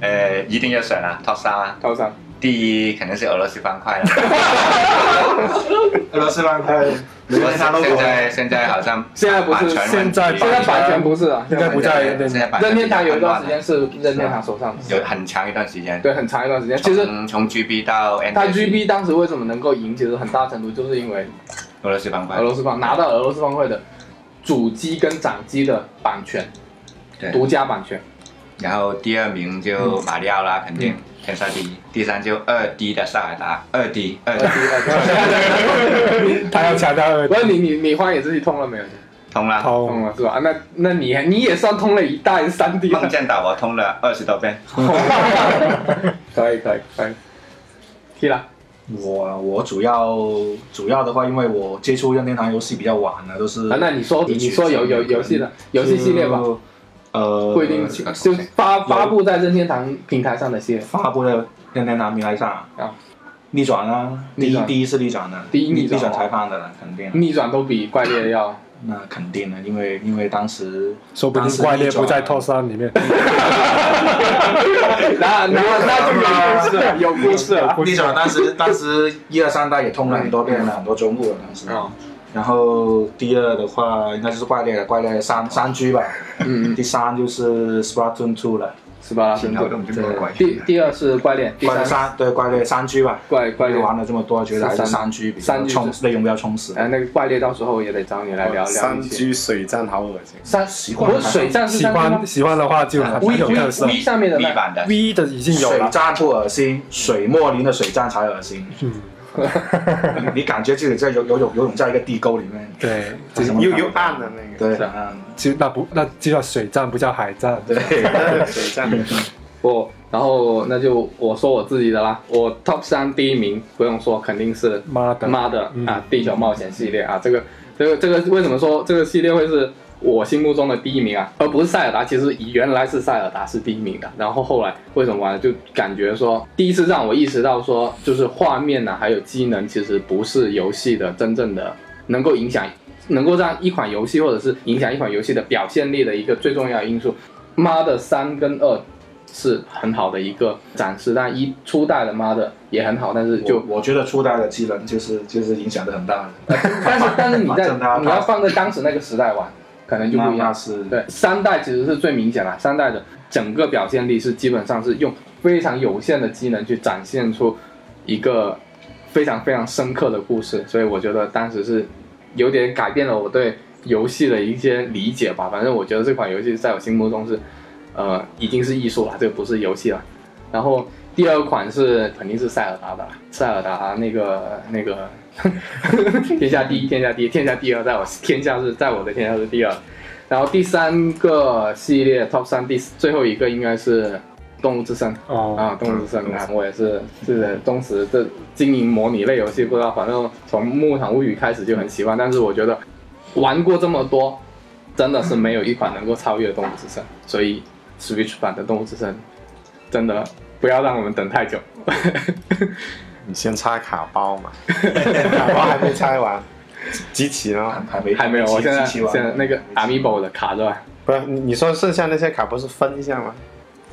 Speaker 3: 呃，一定要选啊，Top 三啊，
Speaker 2: 头上，
Speaker 3: 第一肯定是俄罗斯方 块啊了。
Speaker 6: 俄罗斯方块，
Speaker 3: 俄罗斯
Speaker 6: 他 logo
Speaker 3: 现在现在好像
Speaker 2: 现在不是
Speaker 3: 版权问题
Speaker 4: 现在
Speaker 2: 现
Speaker 4: 版
Speaker 2: 在版权不是啊，
Speaker 4: 应该不在任天堂
Speaker 3: 现在版权
Speaker 2: 任天堂有一段时间
Speaker 3: 比
Speaker 2: 是任天堂手上的，
Speaker 3: 较有很长一段时间，
Speaker 2: 对，很长一段时间。
Speaker 3: 从，
Speaker 2: 其实
Speaker 3: 从 GB 到 N，
Speaker 2: 他 GB 当时为什么能够赢，其实很大程度就是因为
Speaker 3: 俄罗斯方块
Speaker 2: 俄，罗斯方拿到俄罗斯方块的主机跟掌机的版权，
Speaker 3: 对
Speaker 2: 独家版权。
Speaker 3: 然后第二名就
Speaker 2: 嗯
Speaker 3: 马里奥啦，肯定天下第一，第三就二 D 的塞尔达，二 D 二 D
Speaker 4: 他要强调二
Speaker 2: 不是你你你荒野之息通了没有？
Speaker 3: 通了。
Speaker 4: 好，
Speaker 2: 通了是吧？啊那那你你也算通了一代三 D
Speaker 3: 梦
Speaker 2: 了，
Speaker 3: 见岛我通了二十多遍，
Speaker 2: 可以可以可以。踢了，啊
Speaker 6: 我我主要主要的话，因为我接触任天堂游戏比较晚了，都是
Speaker 2: 啊，那你说你说有有游戏的游戏系列吧，
Speaker 6: 就，呃，
Speaker 2: 不一定是就发发布在任天堂平台上的系列，
Speaker 6: 发布在任天堂平台上
Speaker 2: 啊，
Speaker 6: 逆转啦，第
Speaker 2: 逆
Speaker 6: 一
Speaker 2: 转
Speaker 6: 第一是逆转的，
Speaker 2: 第一逆
Speaker 6: 逆
Speaker 2: 转哦
Speaker 6: 裁判的了，肯定了，
Speaker 2: 逆转都比怪猎要。
Speaker 6: 那肯定的，因为因为当时
Speaker 4: 说不
Speaker 6: 当
Speaker 4: 定
Speaker 6: 时
Speaker 4: 怪猎不在
Speaker 6: 逆
Speaker 4: Top
Speaker 6: 转
Speaker 4: 三里面。
Speaker 2: 那那那就有 故事了，有故事了。
Speaker 6: 逆转当时当时一二三代也通了很多遍了，很多周目了当时。
Speaker 2: 哦
Speaker 6: 然后第二的话，应该就是怪猎了，怪猎三三 G 吧。
Speaker 2: 嗯嗯，
Speaker 6: 第三就是 Splatoon Two 了，
Speaker 2: 十八
Speaker 3: 听
Speaker 2: 星座
Speaker 3: 到这。么这么快。
Speaker 2: 第第二是怪猎，第
Speaker 6: 怪猎
Speaker 2: 三
Speaker 6: 三对怪猎三 G 吧。
Speaker 2: 怪怪猎
Speaker 6: 玩了这么多，觉得还
Speaker 2: 是
Speaker 6: 是
Speaker 2: 三
Speaker 6: 三 G 比
Speaker 2: 三
Speaker 6: 较
Speaker 2: G
Speaker 6: 充内容比较充实。
Speaker 2: 呃，那个怪猎到时候也得找你来聊聊
Speaker 5: 三
Speaker 2: 一些。
Speaker 5: G 水战好恶心。
Speaker 2: 三
Speaker 6: 习
Speaker 2: 不
Speaker 6: 惯
Speaker 2: 是水战是
Speaker 4: 喜
Speaker 2: 三 G 吗
Speaker 4: 欢喜欢的话就很
Speaker 2: V
Speaker 4: 有特色
Speaker 2: V。V 上面的
Speaker 3: V
Speaker 2: 那
Speaker 3: 版的
Speaker 4: V 的已经有
Speaker 6: 水
Speaker 4: 了，
Speaker 6: 战不恶心，水墨林的水战才 恶心。
Speaker 4: 嗯
Speaker 6: 你感觉自己在游游泳游泳在一个地沟里面。
Speaker 4: 对，
Speaker 6: 有什么
Speaker 5: 又
Speaker 6: 感觉
Speaker 5: 又暗的那个
Speaker 6: 对，
Speaker 2: 是啊
Speaker 6: 嗯，
Speaker 4: 就那不那就叫水战，不叫海战。
Speaker 6: 对，
Speaker 5: 水战，
Speaker 2: 不，然后那就我说我自己的啦。我 top 三第一名不用说，肯定是
Speaker 4: 妈的，嗯
Speaker 2: 妈的啊，地球冒险系列啊，这个这个这个为什么说这个系列会是我心目中的第一名啊，而不是塞尔达？其实原来是塞尔达是第一名的，然后后来为什么玩就感觉说第一次让我意识到说，就是画面啊呢、还有机能其实不是游戏的真正的能够影响，能够让一款游戏或者是影响一款游戏的表现力的一个最重要的因素。妈的三跟二。是很好的一个展示，但一初代的妈的也很好，但是就
Speaker 6: 就我觉得初代的技能就是就是影响的很大的。
Speaker 2: 但是但是你在
Speaker 6: 反正他
Speaker 2: 你要放在当时那个时代玩，可能就
Speaker 6: 那
Speaker 2: 不一
Speaker 6: 那
Speaker 2: 样。
Speaker 6: 是
Speaker 2: 对，三代其实是最明显的，三代的整个表现力是基本上是用非常有限的技能去展现出一个非常非常深刻的故事，所以我觉得当时是有点改变了我对游戏的一些理解吧。反正我觉得这款游戏在我心目中是，呃，已经是艺术了，这个不是游戏了。然后第二款是肯定是塞尔达的，塞尔达那个那个 天下第一，天下第一，天下第二，在我天下是在我的天下是第二。然后第三个系列 Top 三第最后一个应该是《动物之声》
Speaker 4: 哦，
Speaker 2: 啊，《动物之声》啊，我也是是当时这经营模拟类游戏，不知道，反正从《牧场物语》开始就很喜欢，但是我觉得玩过这么多，真的是没有一款能够超越《动物之声》，所以 Switch 版的《动物之声》真的不要让我们等太 久。
Speaker 5: 你先拆卡包嘛，卡包还没拆完，集齐了吗？
Speaker 6: 还没
Speaker 2: 还没有，我现在
Speaker 6: 集
Speaker 2: 现
Speaker 6: 齐完
Speaker 2: 在那个 Amiibo 的卡是吧？
Speaker 5: 不是，你你说剩下那些卡不是分一下吗？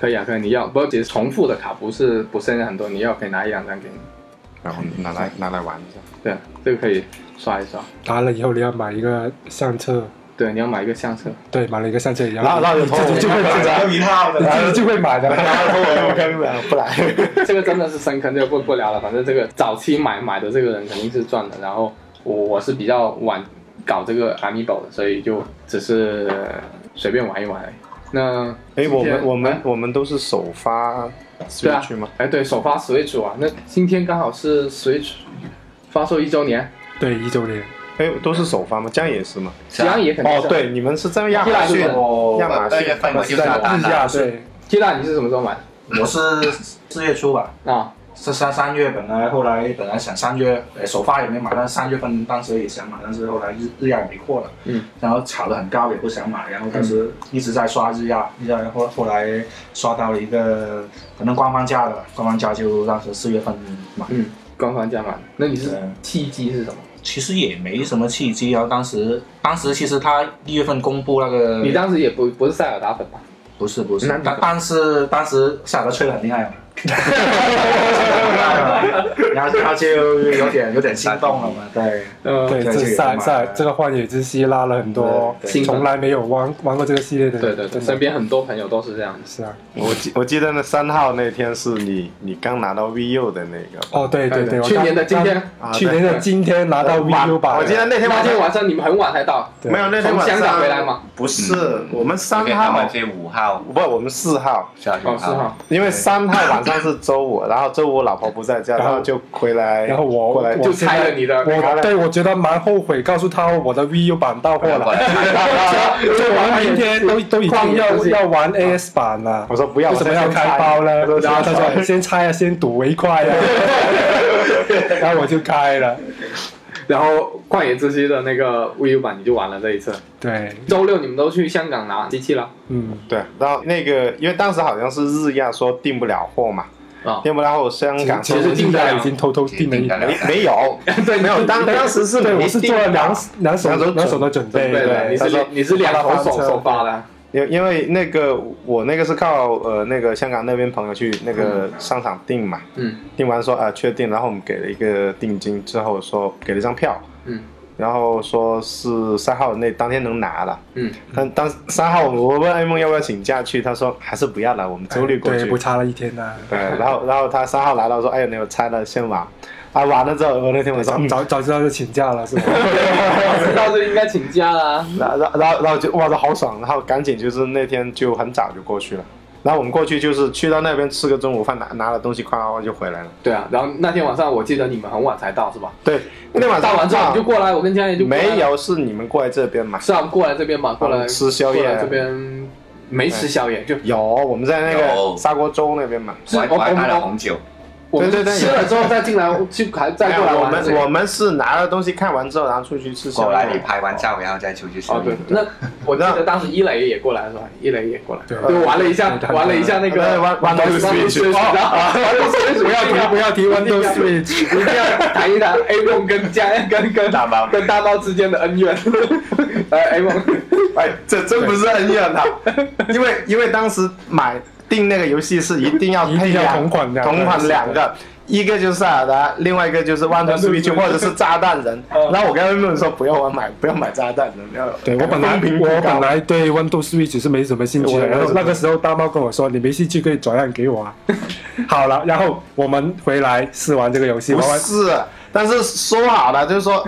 Speaker 2: 可以啊，可以，你要不过其实重复的卡不是不剩下很多，你要可以拿一两张给你。
Speaker 5: 然后拿来拿来玩一下。
Speaker 2: 对，啊这个可以刷一刷。
Speaker 4: 拿了以后你要买一个相册，
Speaker 2: 对，你要买一个相册。
Speaker 4: 对，买了一个相册以后，
Speaker 5: 然后然后有
Speaker 4: 你自己就会买的，
Speaker 6: 一套的
Speaker 4: 你自己就会买的。
Speaker 5: 然后我入坑了，不来。
Speaker 2: 这个真的是深坑，这个不不聊了。反正这个早期买买的这个人肯定是赚的，然后我我是比较晚搞这个 Amiibo 的，所以就只是随便玩一玩而已。那
Speaker 5: 哎，
Speaker 2: 今
Speaker 5: 我们
Speaker 2: 天
Speaker 5: 我们
Speaker 2: 哎
Speaker 5: 我们都是首发
Speaker 2: 对啊
Speaker 5: Switch 吗？，
Speaker 2: 哎对，首发 Switch 啊，那今天刚好是 Switch 发售一周年，
Speaker 4: 对，一周年，
Speaker 5: 哎，都是首发吗？这样也是吗？
Speaker 3: 是
Speaker 2: 吉
Speaker 3: 啊
Speaker 2: 安也肯定
Speaker 5: 哦
Speaker 2: 是，。
Speaker 5: 对，你们是在亚马逊
Speaker 2: 一来就
Speaker 6: 我
Speaker 5: 亚马
Speaker 3: 二月
Speaker 5: 逊
Speaker 3: 份我就下单
Speaker 4: 日
Speaker 3: 了，
Speaker 4: 价对，
Speaker 2: T 大你是什么时候买
Speaker 6: 我是四月初吧，
Speaker 2: 的啊？
Speaker 6: 是三三月本来后来本来想三月，呃首发也没买，但是三月份当时也想买，但是后来日日亚也没货了，
Speaker 2: 嗯，
Speaker 6: 然后炒得很高也不想买，然后当时一直在刷
Speaker 2: 嗯
Speaker 6: 日亚，日亚后后来刷到了一个反正官方价的，官方价就当时四月份买。
Speaker 2: 嗯，官方价买的。那你是
Speaker 6: 对
Speaker 2: 契机是什么？
Speaker 6: 其实也没什么契机，然后当时当时其实他一月份公布那个，
Speaker 2: 你当时也不不是塞尔达粉吧？
Speaker 6: 不是不是
Speaker 5: 那，你
Speaker 6: 但但是当时夏德吹得很厉害 嘛，然后他就有点有点心动了嘛，对，
Speaker 2: 呃，
Speaker 4: 对，这
Speaker 6: 对这个
Speaker 4: 赛
Speaker 6: 也
Speaker 4: 赛
Speaker 6: 买了
Speaker 4: 这个幻野之息拉了很多
Speaker 6: 对
Speaker 2: 对
Speaker 4: 从来没有玩玩过这个系列的人，
Speaker 2: 对对对，
Speaker 4: 真的
Speaker 2: 身边很多朋友都是这样子。
Speaker 4: 是啊，
Speaker 5: 我记我记得那三号那天是你你刚拿到 VU 的那个吧
Speaker 4: 哦对对对，我
Speaker 2: 去
Speaker 4: 刚
Speaker 2: 年的今天，
Speaker 5: 啊
Speaker 4: 刚去年的今天拿到 VU 版，
Speaker 5: 我记得那天
Speaker 2: 那
Speaker 5: 晚
Speaker 2: 天
Speaker 5: 上
Speaker 2: 晚上你们很晚才到，
Speaker 4: 对
Speaker 5: 没有那天晚上
Speaker 2: 从香港回来吗？嗯
Speaker 5: 不是，我们
Speaker 3: 我
Speaker 5: 三
Speaker 3: 给他
Speaker 5: 号
Speaker 3: 们这五号，
Speaker 5: 不，我们四号，
Speaker 3: 下去
Speaker 2: 哦，是哈，
Speaker 5: 因为三号晚上是周五，然后周五我老婆不在家，
Speaker 4: 然
Speaker 5: 然
Speaker 4: 后
Speaker 5: 后就回来，
Speaker 4: 然后我
Speaker 5: 过来
Speaker 4: 我
Speaker 2: 就
Speaker 4: 现在
Speaker 2: 拆了你的那
Speaker 4: 我
Speaker 5: 个
Speaker 4: 对我觉得蛮后悔，告诉他我的 VU 版到货了，
Speaker 2: 哎
Speaker 4: 就我们明天都都已经要要玩 AS 版了，
Speaker 5: 我说不要
Speaker 4: 为什么要开包 呢？
Speaker 5: 啊我说
Speaker 4: 然后他
Speaker 5: 先拆
Speaker 4: 说先拆啊，先赌为快 啊，然后我就开了，
Speaker 2: 然后旷野之息的那个 VU 版你就玩了这一次。
Speaker 4: 对，
Speaker 2: 周六你们都去香港拿机器了
Speaker 4: 嗯，
Speaker 5: 对，然后那个因为当时好像是日亚说订不了货嘛，
Speaker 2: 啊？
Speaker 5: 订不了货，香港
Speaker 4: 其
Speaker 2: 实
Speaker 4: 实哎
Speaker 2: 定
Speaker 4: 定
Speaker 2: 的
Speaker 4: 价已经偷偷定了一
Speaker 3: 定的
Speaker 5: 没没有，
Speaker 2: 对，
Speaker 5: 没有，当当时是
Speaker 4: 对，
Speaker 5: 没
Speaker 4: 我是
Speaker 5: 订
Speaker 4: 做了
Speaker 5: 的
Speaker 4: 两两手
Speaker 5: 两手
Speaker 4: 两手的准备，
Speaker 2: 对的，你
Speaker 5: 他
Speaker 2: 是
Speaker 5: 说
Speaker 2: 你是两头手手发的，
Speaker 5: 因因为那个我那个是靠呃那个香港那边朋友去那个商场订嘛，
Speaker 2: 嗯
Speaker 5: 订完说啊确定，然后我们给了一个定金之后说给了一张票，
Speaker 2: 嗯
Speaker 5: 然后说是三号那当天能拿了，
Speaker 2: 嗯，
Speaker 5: 但当三号我问艾梦要不要请假去，他说还是不要了，我们周六过
Speaker 4: 对，
Speaker 5: 去。
Speaker 4: 不差了一天啊呐。
Speaker 5: 对，然后然后他三号来了说，哎，你有拆了，先玩。啊，玩了之后，我那天晚上
Speaker 4: 早早早知道就请假了，是吧？
Speaker 2: 我知道就应该请假啦。
Speaker 5: 然后然后然后然后就哇，这好爽！啊然后赶紧就是那天就很早就过去了，然后我们过去就是去到那边吃个中午饭，拿拿了东西，哐哐哐就回来了。
Speaker 2: 对啊，然后那天晚上我记得你们很晚才到是吧？
Speaker 5: 对，那天晚上啊
Speaker 2: 到完之后你就过来，我跟家人就过来
Speaker 5: 没，有，是你们过来这边嘛？
Speaker 2: 是啊，过来这边嘛，过来
Speaker 5: 嗯吃宵夜
Speaker 2: 过来这边没吃宵夜，就
Speaker 5: 有，我们在那
Speaker 3: 有
Speaker 5: 个砂锅粥那边嘛。
Speaker 2: 是
Speaker 3: 我
Speaker 2: 我
Speaker 3: 还我还
Speaker 2: 我
Speaker 3: 买了
Speaker 2: 们
Speaker 3: 红酒，
Speaker 2: 我们
Speaker 5: 哦对对对
Speaker 2: 吃了之后再进来去还再过来
Speaker 5: 没有我
Speaker 2: 玩这
Speaker 5: 们
Speaker 2: 个。
Speaker 5: 我们是拿了东西看完之后，然后出去吃宵
Speaker 3: 过
Speaker 5: 夜。
Speaker 3: 来你拍完照，然后再出去吃。
Speaker 2: 哦，对，那我记得当时一磊也过来是吧？一磊也过来，
Speaker 4: 对
Speaker 2: 就玩了一下，玩了一下那个
Speaker 5: 对玩玩
Speaker 2: Windows
Speaker 5: Windows Switch
Speaker 2: Switch，然哦后玩 Windows Switch
Speaker 4: 不要 提不要提 Windows Switch，
Speaker 2: 一定要谈一谈 A 梦跟家跟跟
Speaker 3: 大猫
Speaker 2: 跟大猫之间的恩怨。 来 A 梦，
Speaker 5: 哎，这真不是恩怨哈，因为因为当时买订那个游戏是一定要
Speaker 4: 一定
Speaker 5: 配
Speaker 4: 要
Speaker 5: 两
Speaker 4: 同款两个
Speaker 5: 同款两个，一个就是塞尔达，另外一个就是万能 Switch 或者是炸弹人。然后我跟他们说不要我买，不要买炸弹人。要
Speaker 4: 嗯对我本来
Speaker 5: 风评不
Speaker 4: 我
Speaker 5: 高
Speaker 4: 本来对 Windows Switch 是没什么兴趣的，
Speaker 5: 我也没
Speaker 4: 然后
Speaker 5: 什么
Speaker 4: 那个时候大猫跟我说你没兴趣可以转让给 我啊。好了，然后我们回来试玩这个游戏，
Speaker 5: 不
Speaker 4: 玩完
Speaker 5: 是，但是说好了，就是说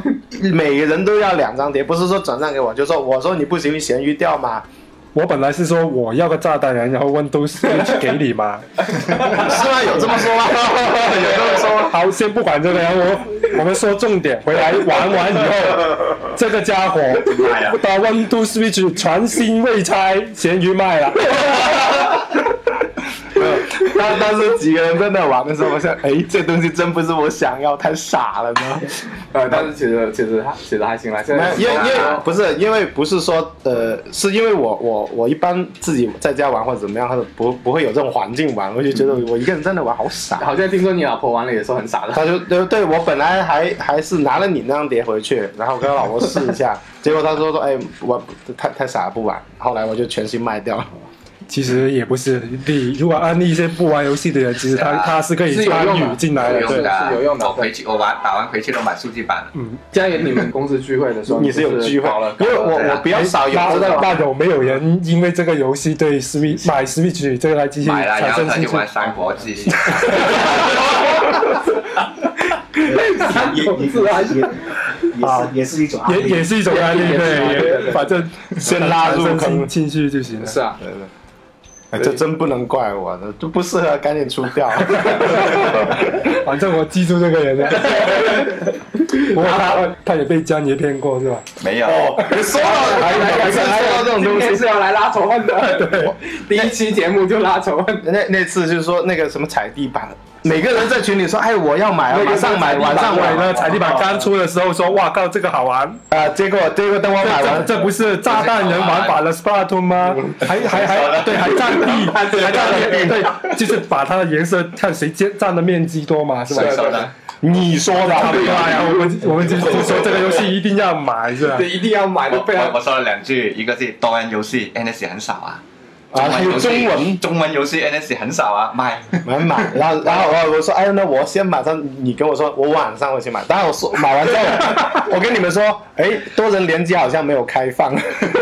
Speaker 5: 每个人都要两张碟，不是说转让给我，就说我说你不行，你咸鱼掉嘛。
Speaker 4: 我本来是说我要个炸弹人，然后 Windows Switch 给你嘛。
Speaker 5: 是吗？有这么 说吗？有这么说吗？
Speaker 4: 好，先不管这个，然后 我我们说重点，回来玩完以后，这个家伙
Speaker 3: 卖了
Speaker 4: 把 Windows Switch 全新未拆，咸鱼卖了。
Speaker 5: 当当时几个人在那玩的时候，我想，哎，这东西真不是我想要，太傻了呢。
Speaker 2: 呃，但是其实其实还其实还行啦，现在
Speaker 5: 因为因为不是因为不是说呃，是因为我我我一般自己在家玩或者怎么样，或者不不会有这种环境玩，我就觉得我一个人在那玩好傻。
Speaker 2: 嗯好像听说你老婆玩了也是很傻的，
Speaker 5: 他就对对我本来还还是拿了你那张碟回去，然后我跟我老婆试 一下，结果她说说哎我太太傻了不玩，后来我就全新卖掉了。
Speaker 4: 其实也不是，你如果安利一些不玩游戏的人，其实他
Speaker 3: 是啊
Speaker 4: 他是可以
Speaker 2: 是有
Speaker 4: 参
Speaker 2: 用的
Speaker 4: 与进来
Speaker 3: 有
Speaker 4: 的，
Speaker 3: 用
Speaker 4: 对。
Speaker 3: 的，
Speaker 2: 是有用的
Speaker 3: 我回去我玩打完回去都买数字版了，
Speaker 2: 家里你们公司聚会的时候，
Speaker 5: 你是有机会
Speaker 2: 哦搞了，，哎
Speaker 5: 因为我
Speaker 3: 对啊
Speaker 5: 我比较少有
Speaker 4: 那
Speaker 5: 这
Speaker 4: 那
Speaker 5: 种。
Speaker 4: 那有没有人因为这个游戏对 Switch 买 Switch 这台机器
Speaker 3: 买了
Speaker 4: 产
Speaker 3: 然后
Speaker 4: 生
Speaker 3: 他
Speaker 4: 兴
Speaker 3: 就
Speaker 4: 趣？
Speaker 3: 玩三国志，
Speaker 6: 也也也也也是也是一种安
Speaker 4: 也
Speaker 6: 利
Speaker 4: 也是一种安利，
Speaker 2: 也是也
Speaker 4: 对，也
Speaker 2: 对
Speaker 4: 反正
Speaker 5: 先拉入
Speaker 4: 产生
Speaker 5: 坑
Speaker 4: 兴兴趣就行了。
Speaker 2: 是啊，
Speaker 5: 对对，哎，这真不能怪我，这这不适合，赶紧出 掉。
Speaker 4: 反正我记住这个人 了。不过他他也被江爷骗过是吧？
Speaker 3: 没有。
Speaker 5: 你说到还还还说到这种
Speaker 2: 今
Speaker 5: 东
Speaker 2: 天
Speaker 5: 西，
Speaker 2: 是要来拉仇恨的，对，第一期节目就拉仇恨，
Speaker 5: 那那次就是说那个什么踩地板，每个人在群里说，哎，我要买啊，马上买，晚上
Speaker 4: 买
Speaker 5: 买
Speaker 4: 呢，
Speaker 5: 呢，
Speaker 4: 彩地板刚出的时候说，哇靠，这个好玩。
Speaker 5: 啊，结果结果等我买
Speaker 4: 这
Speaker 5: 完，
Speaker 4: 这不是炸弹人玩法的 Splatoon 吗？还还还对，还占地，嗯 还占地，对，就是把它的颜色看谁占占的面积多嘛，是吧？
Speaker 3: 谁说的？
Speaker 5: 你说的啊，
Speaker 4: 对吧？然后我们我们就就说这个游戏一定要买，是吧？
Speaker 2: 对，一定要买
Speaker 3: 我
Speaker 2: 都非
Speaker 3: 我
Speaker 2: 常
Speaker 3: 我说了两句，一个是多人游戏 NS 很少啊，
Speaker 5: 啊，还有
Speaker 3: 游戏
Speaker 5: 中文。
Speaker 3: 中文游戏 NS 很少啊，卖。
Speaker 5: 买买，然后然后我我说，哎，那我先马上，你跟我说，我晚上我去买。当然我说买完之后，我跟你们说，哎，多人联机好像没有开放，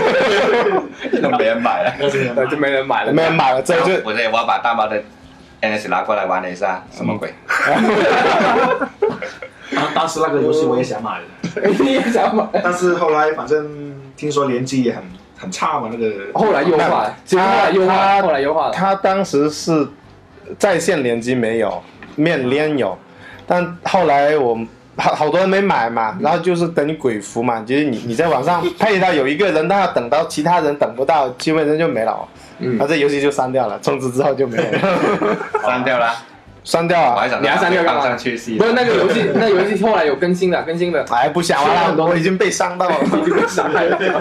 Speaker 3: 都没人买了。
Speaker 2: 呃就没人买了，
Speaker 5: 没人买了，之后就
Speaker 3: 我这我把大猫的 NS 拿过来玩了一下，什么鬼？
Speaker 6: 当当时那个游戏我也想 买的，
Speaker 2: 你也想买，
Speaker 6: 但是后来反正听说联机也很很差嘛，那个
Speaker 2: 后来优化 了，其实后来优化了，后来优化了，
Speaker 5: 他当时是在线联机没有，面连有，但后来我们好好多人没买嘛，然后就是等于鬼服嘛，就是你你在网上配到有一个人，但要等到其他人等不到，基本上就没了，啊
Speaker 2: 嗯
Speaker 5: 那、这游戏就删掉了，从此之后就没有了，
Speaker 3: 删掉了，
Speaker 5: 删掉
Speaker 3: 我还
Speaker 5: 了，
Speaker 3: 想
Speaker 2: 你还删掉干嘛
Speaker 3: 放上去是
Speaker 2: 不是那个游 戏，那游戏后来有更新的，更新的，
Speaker 5: 哎，不想玩了，我 已经被伤到了。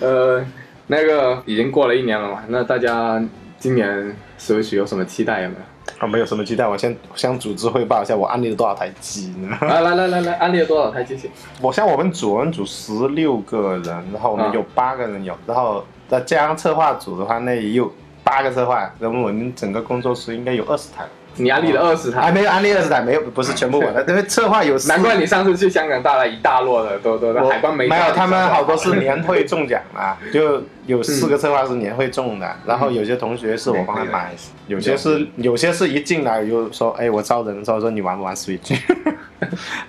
Speaker 2: 呃，那个已经过了一年了嘛，那大家今年 Switch 有什么期待 有没有？
Speaker 5: 啊，没有什么期待，我先向组织汇报一下我安利了多少台机呢？
Speaker 2: 来来来来来，安利了多少台机器？
Speaker 5: 我像我们组，我们组十六个人，然后我们
Speaker 2: 嗯
Speaker 5: 有八个人有，然后再加上策划组的话，那也有八个策划，然后我们整个工作室应该有二十台，
Speaker 2: 你安利了二十
Speaker 5: 还
Speaker 2: 台，
Speaker 5: 没有安利二十台，没有，不是全部我的，因为策划有四
Speaker 2: 啊难怪你上次去香港带了一大摞的，都都都
Speaker 5: 我
Speaker 2: 海关没
Speaker 5: 没
Speaker 2: 抓
Speaker 5: 有，
Speaker 2: 你
Speaker 5: 他们好多是年会中奖 啊，就有四个策划是年会中
Speaker 2: 嗯
Speaker 5: 的，然后有些同学是我帮他买，有些是有些是一进来就说，哎，我招人，招说你玩不 玩 Switch，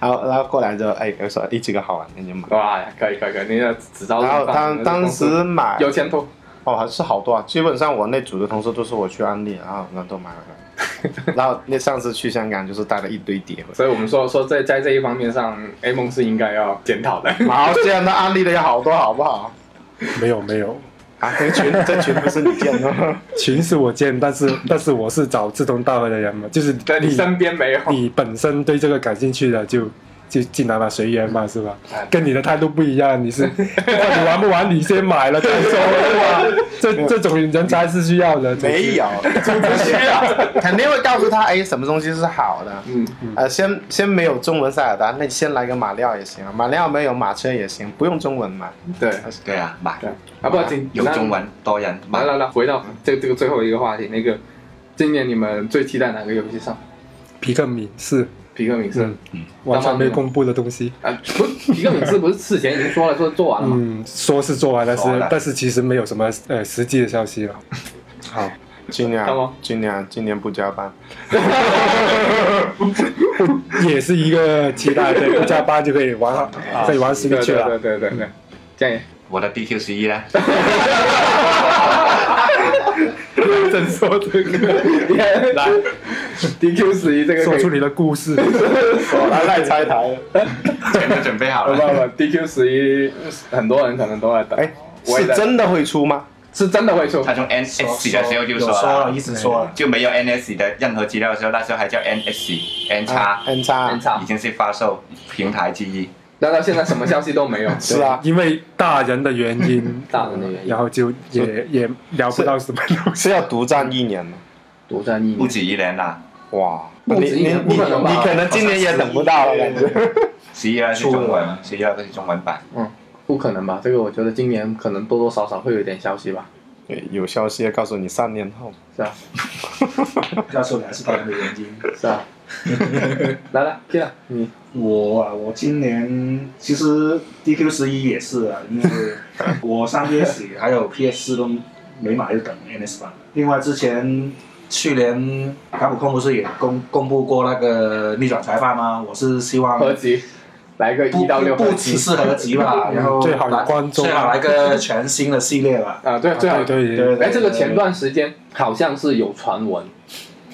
Speaker 5: 然后然后过来之后，哎，我说哎这个好玩，那就买。
Speaker 2: 哇，可以可以可以，你的只招
Speaker 5: 然后当当时买
Speaker 2: 有前途，
Speaker 5: 哦，还是好多啊！基本上我那组的同事都是我去安利，然后那都买回来。然后那上次去香港就是带了一堆碟回
Speaker 2: 所以我们说说在在这一方面上，A 梦是应该要检讨的。
Speaker 5: 来。好，现在那安利的有好多，好不好？
Speaker 4: 没有没有，
Speaker 5: 啊，这群这群不是你建的吗？
Speaker 4: 群是我建，但是但是我是找志同道合的人嘛，就是
Speaker 2: 对你
Speaker 4: 你
Speaker 2: 身边没有，
Speaker 4: 你本身对这个感兴趣的就。就进来吧，随缘嘛，是吧？跟你的态度不一样，你是你玩不玩，你先买了再说，是吧？这这种人才是需要的。
Speaker 5: 没有，肯定会告诉他，哎，什么东西是好的。
Speaker 2: 嗯，
Speaker 5: 呃，先先没有中文塞尔达，那你先来个马里奥也行啊，马里奥没有马车也行，不用中文嘛。
Speaker 2: 对
Speaker 3: 对啊，买
Speaker 2: 对，啊不，今
Speaker 3: 有中文多人买
Speaker 2: 来。来来，回到这个这个最后一个话题，那个今年你们最期待哪个游戏上？
Speaker 4: 皮克敏四，
Speaker 2: 皮克敏是
Speaker 4: 嗯网上没有公布的东西。
Speaker 2: 啊，不是皮克敏是不是事前已经说了说做完了吗？
Speaker 4: 嗯，说是做完了，
Speaker 3: 做完
Speaker 4: 是
Speaker 3: 了
Speaker 4: 但是其实没有什么呃实际的消息了。好，
Speaker 5: 尽
Speaker 2: 看吗
Speaker 5: 量尽量今年不加班，
Speaker 4: 也是一个期待，对，不加班就可以玩好，可以玩十
Speaker 2: 对
Speaker 4: 去
Speaker 2: 对对
Speaker 4: 了。嗯
Speaker 2: 对对对，这样
Speaker 3: 我的 DQ 十 E 一呢？
Speaker 2: 也真说这个，你看来 DQ 十一这个可
Speaker 4: 说
Speaker 2: 以
Speaker 4: 出你的故事，
Speaker 5: 来赖拆台。
Speaker 3: 全都准备好
Speaker 2: 不不
Speaker 3: 了。
Speaker 2: 不，DQ 十一很多人可能都在等，
Speaker 5: 哎，
Speaker 2: 我也
Speaker 5: 是
Speaker 2: 在
Speaker 5: 真的会出吗？
Speaker 2: 是真的会出
Speaker 3: 他从 NS 的时候就
Speaker 6: 有说啊
Speaker 3: 了
Speaker 6: 了，一直说了。
Speaker 3: 就没有 NS 的任何资料的时候，那时候还叫 NS N 叉
Speaker 5: 啊，N 叉
Speaker 2: N 叉
Speaker 3: 已经是发售平台之一。
Speaker 2: 难道现在什么消息都没有？
Speaker 5: 是啊，
Speaker 4: 因为大人的原因，
Speaker 2: 大人的原因
Speaker 4: 然后就也也聊不到什么东西。
Speaker 5: 是要独占一年吗？
Speaker 2: 独占一
Speaker 3: 不
Speaker 2: 年，
Speaker 3: 止一年啦，
Speaker 5: 哇，
Speaker 2: 不
Speaker 5: 你
Speaker 2: 止一
Speaker 5: 你
Speaker 2: 年
Speaker 5: 你
Speaker 2: 不可能吧
Speaker 5: 你可能今年也等不到了，感觉。
Speaker 3: 十一二是中文，十一二个是中文版，
Speaker 2: 嗯，不可能吧？这个我觉得今年可能多多少少会有点消息吧，
Speaker 5: 对，有消息要告诉你三年后。
Speaker 2: 是吧？
Speaker 6: 教授还是大人的原因。
Speaker 2: 是 啊，来来，Kira，你
Speaker 6: 我啊，我今年其实 DQ 十一也是啊，因为我三 DS 还有 PS 4都没买，就等 NS 版。另外之前去年卡普空不是也公公布过那个逆转裁判吗？我是希望
Speaker 2: 合集来个
Speaker 6: 不
Speaker 2: 一到六
Speaker 6: 不
Speaker 2: 合
Speaker 6: 不只
Speaker 2: 集
Speaker 6: 是合集吧，然后
Speaker 4: 最好有
Speaker 6: 来
Speaker 4: 观众
Speaker 6: 最好来个全新的系列吧。
Speaker 2: 啊，对最好
Speaker 4: 对对
Speaker 6: 对
Speaker 2: 哎，这个前段时间好像是有传闻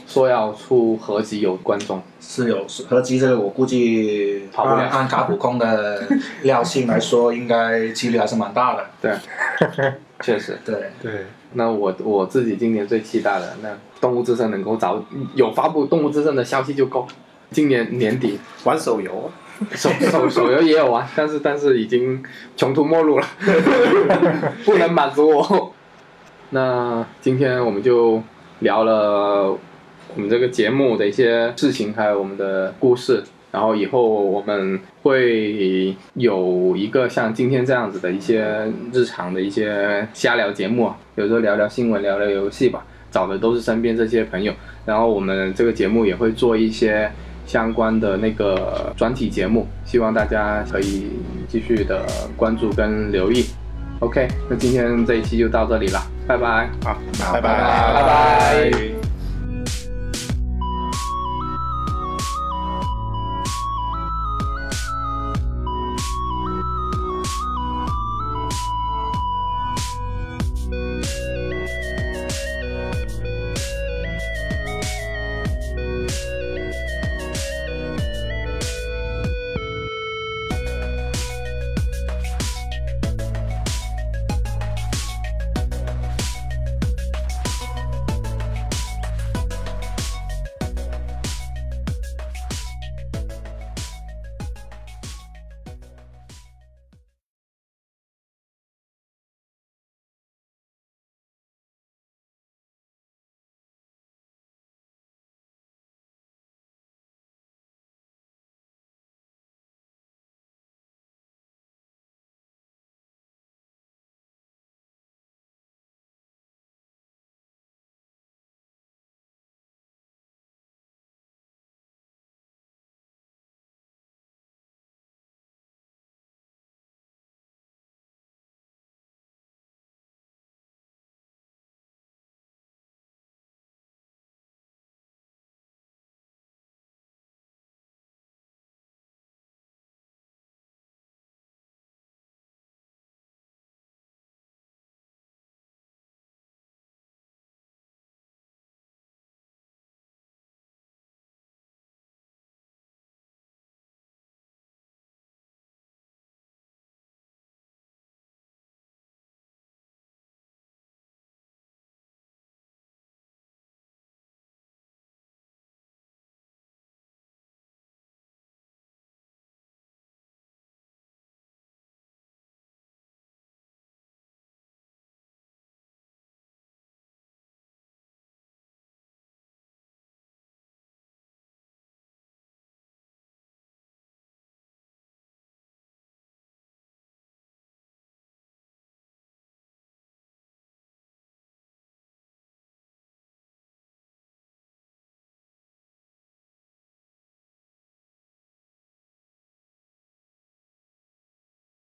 Speaker 2: 说要出合集有观众，
Speaker 6: 是有合集这个，我估计
Speaker 2: 跑不了
Speaker 6: 按按卡普空的料性来说，应该几率还是蛮大的。
Speaker 2: 对，确实。
Speaker 6: 对，
Speaker 4: 对，
Speaker 2: 那我我自己今年最期待的，那《动物之声》能够早有发布《动物之声》的消息就够。今年年底
Speaker 5: 玩手游，啊
Speaker 2: 手手手游也有玩，但是但是已经穷途末路了， 不能满足我。那今天我们就聊了我们这个节目的一些事情，还有我们的故事。然后以后我们会有一个像今天这样子的一些日常的一些瞎聊节目啊，有时候聊聊新闻，聊聊游戏吧，找的都是身边这些朋友。然后我们这个节目也会做一些相关的那个专题节目，希望大家可以继续的关注跟留意。OK，那今天这一期就到这里了，拜拜，
Speaker 5: 好，
Speaker 3: 好
Speaker 5: 拜拜
Speaker 2: 拜拜。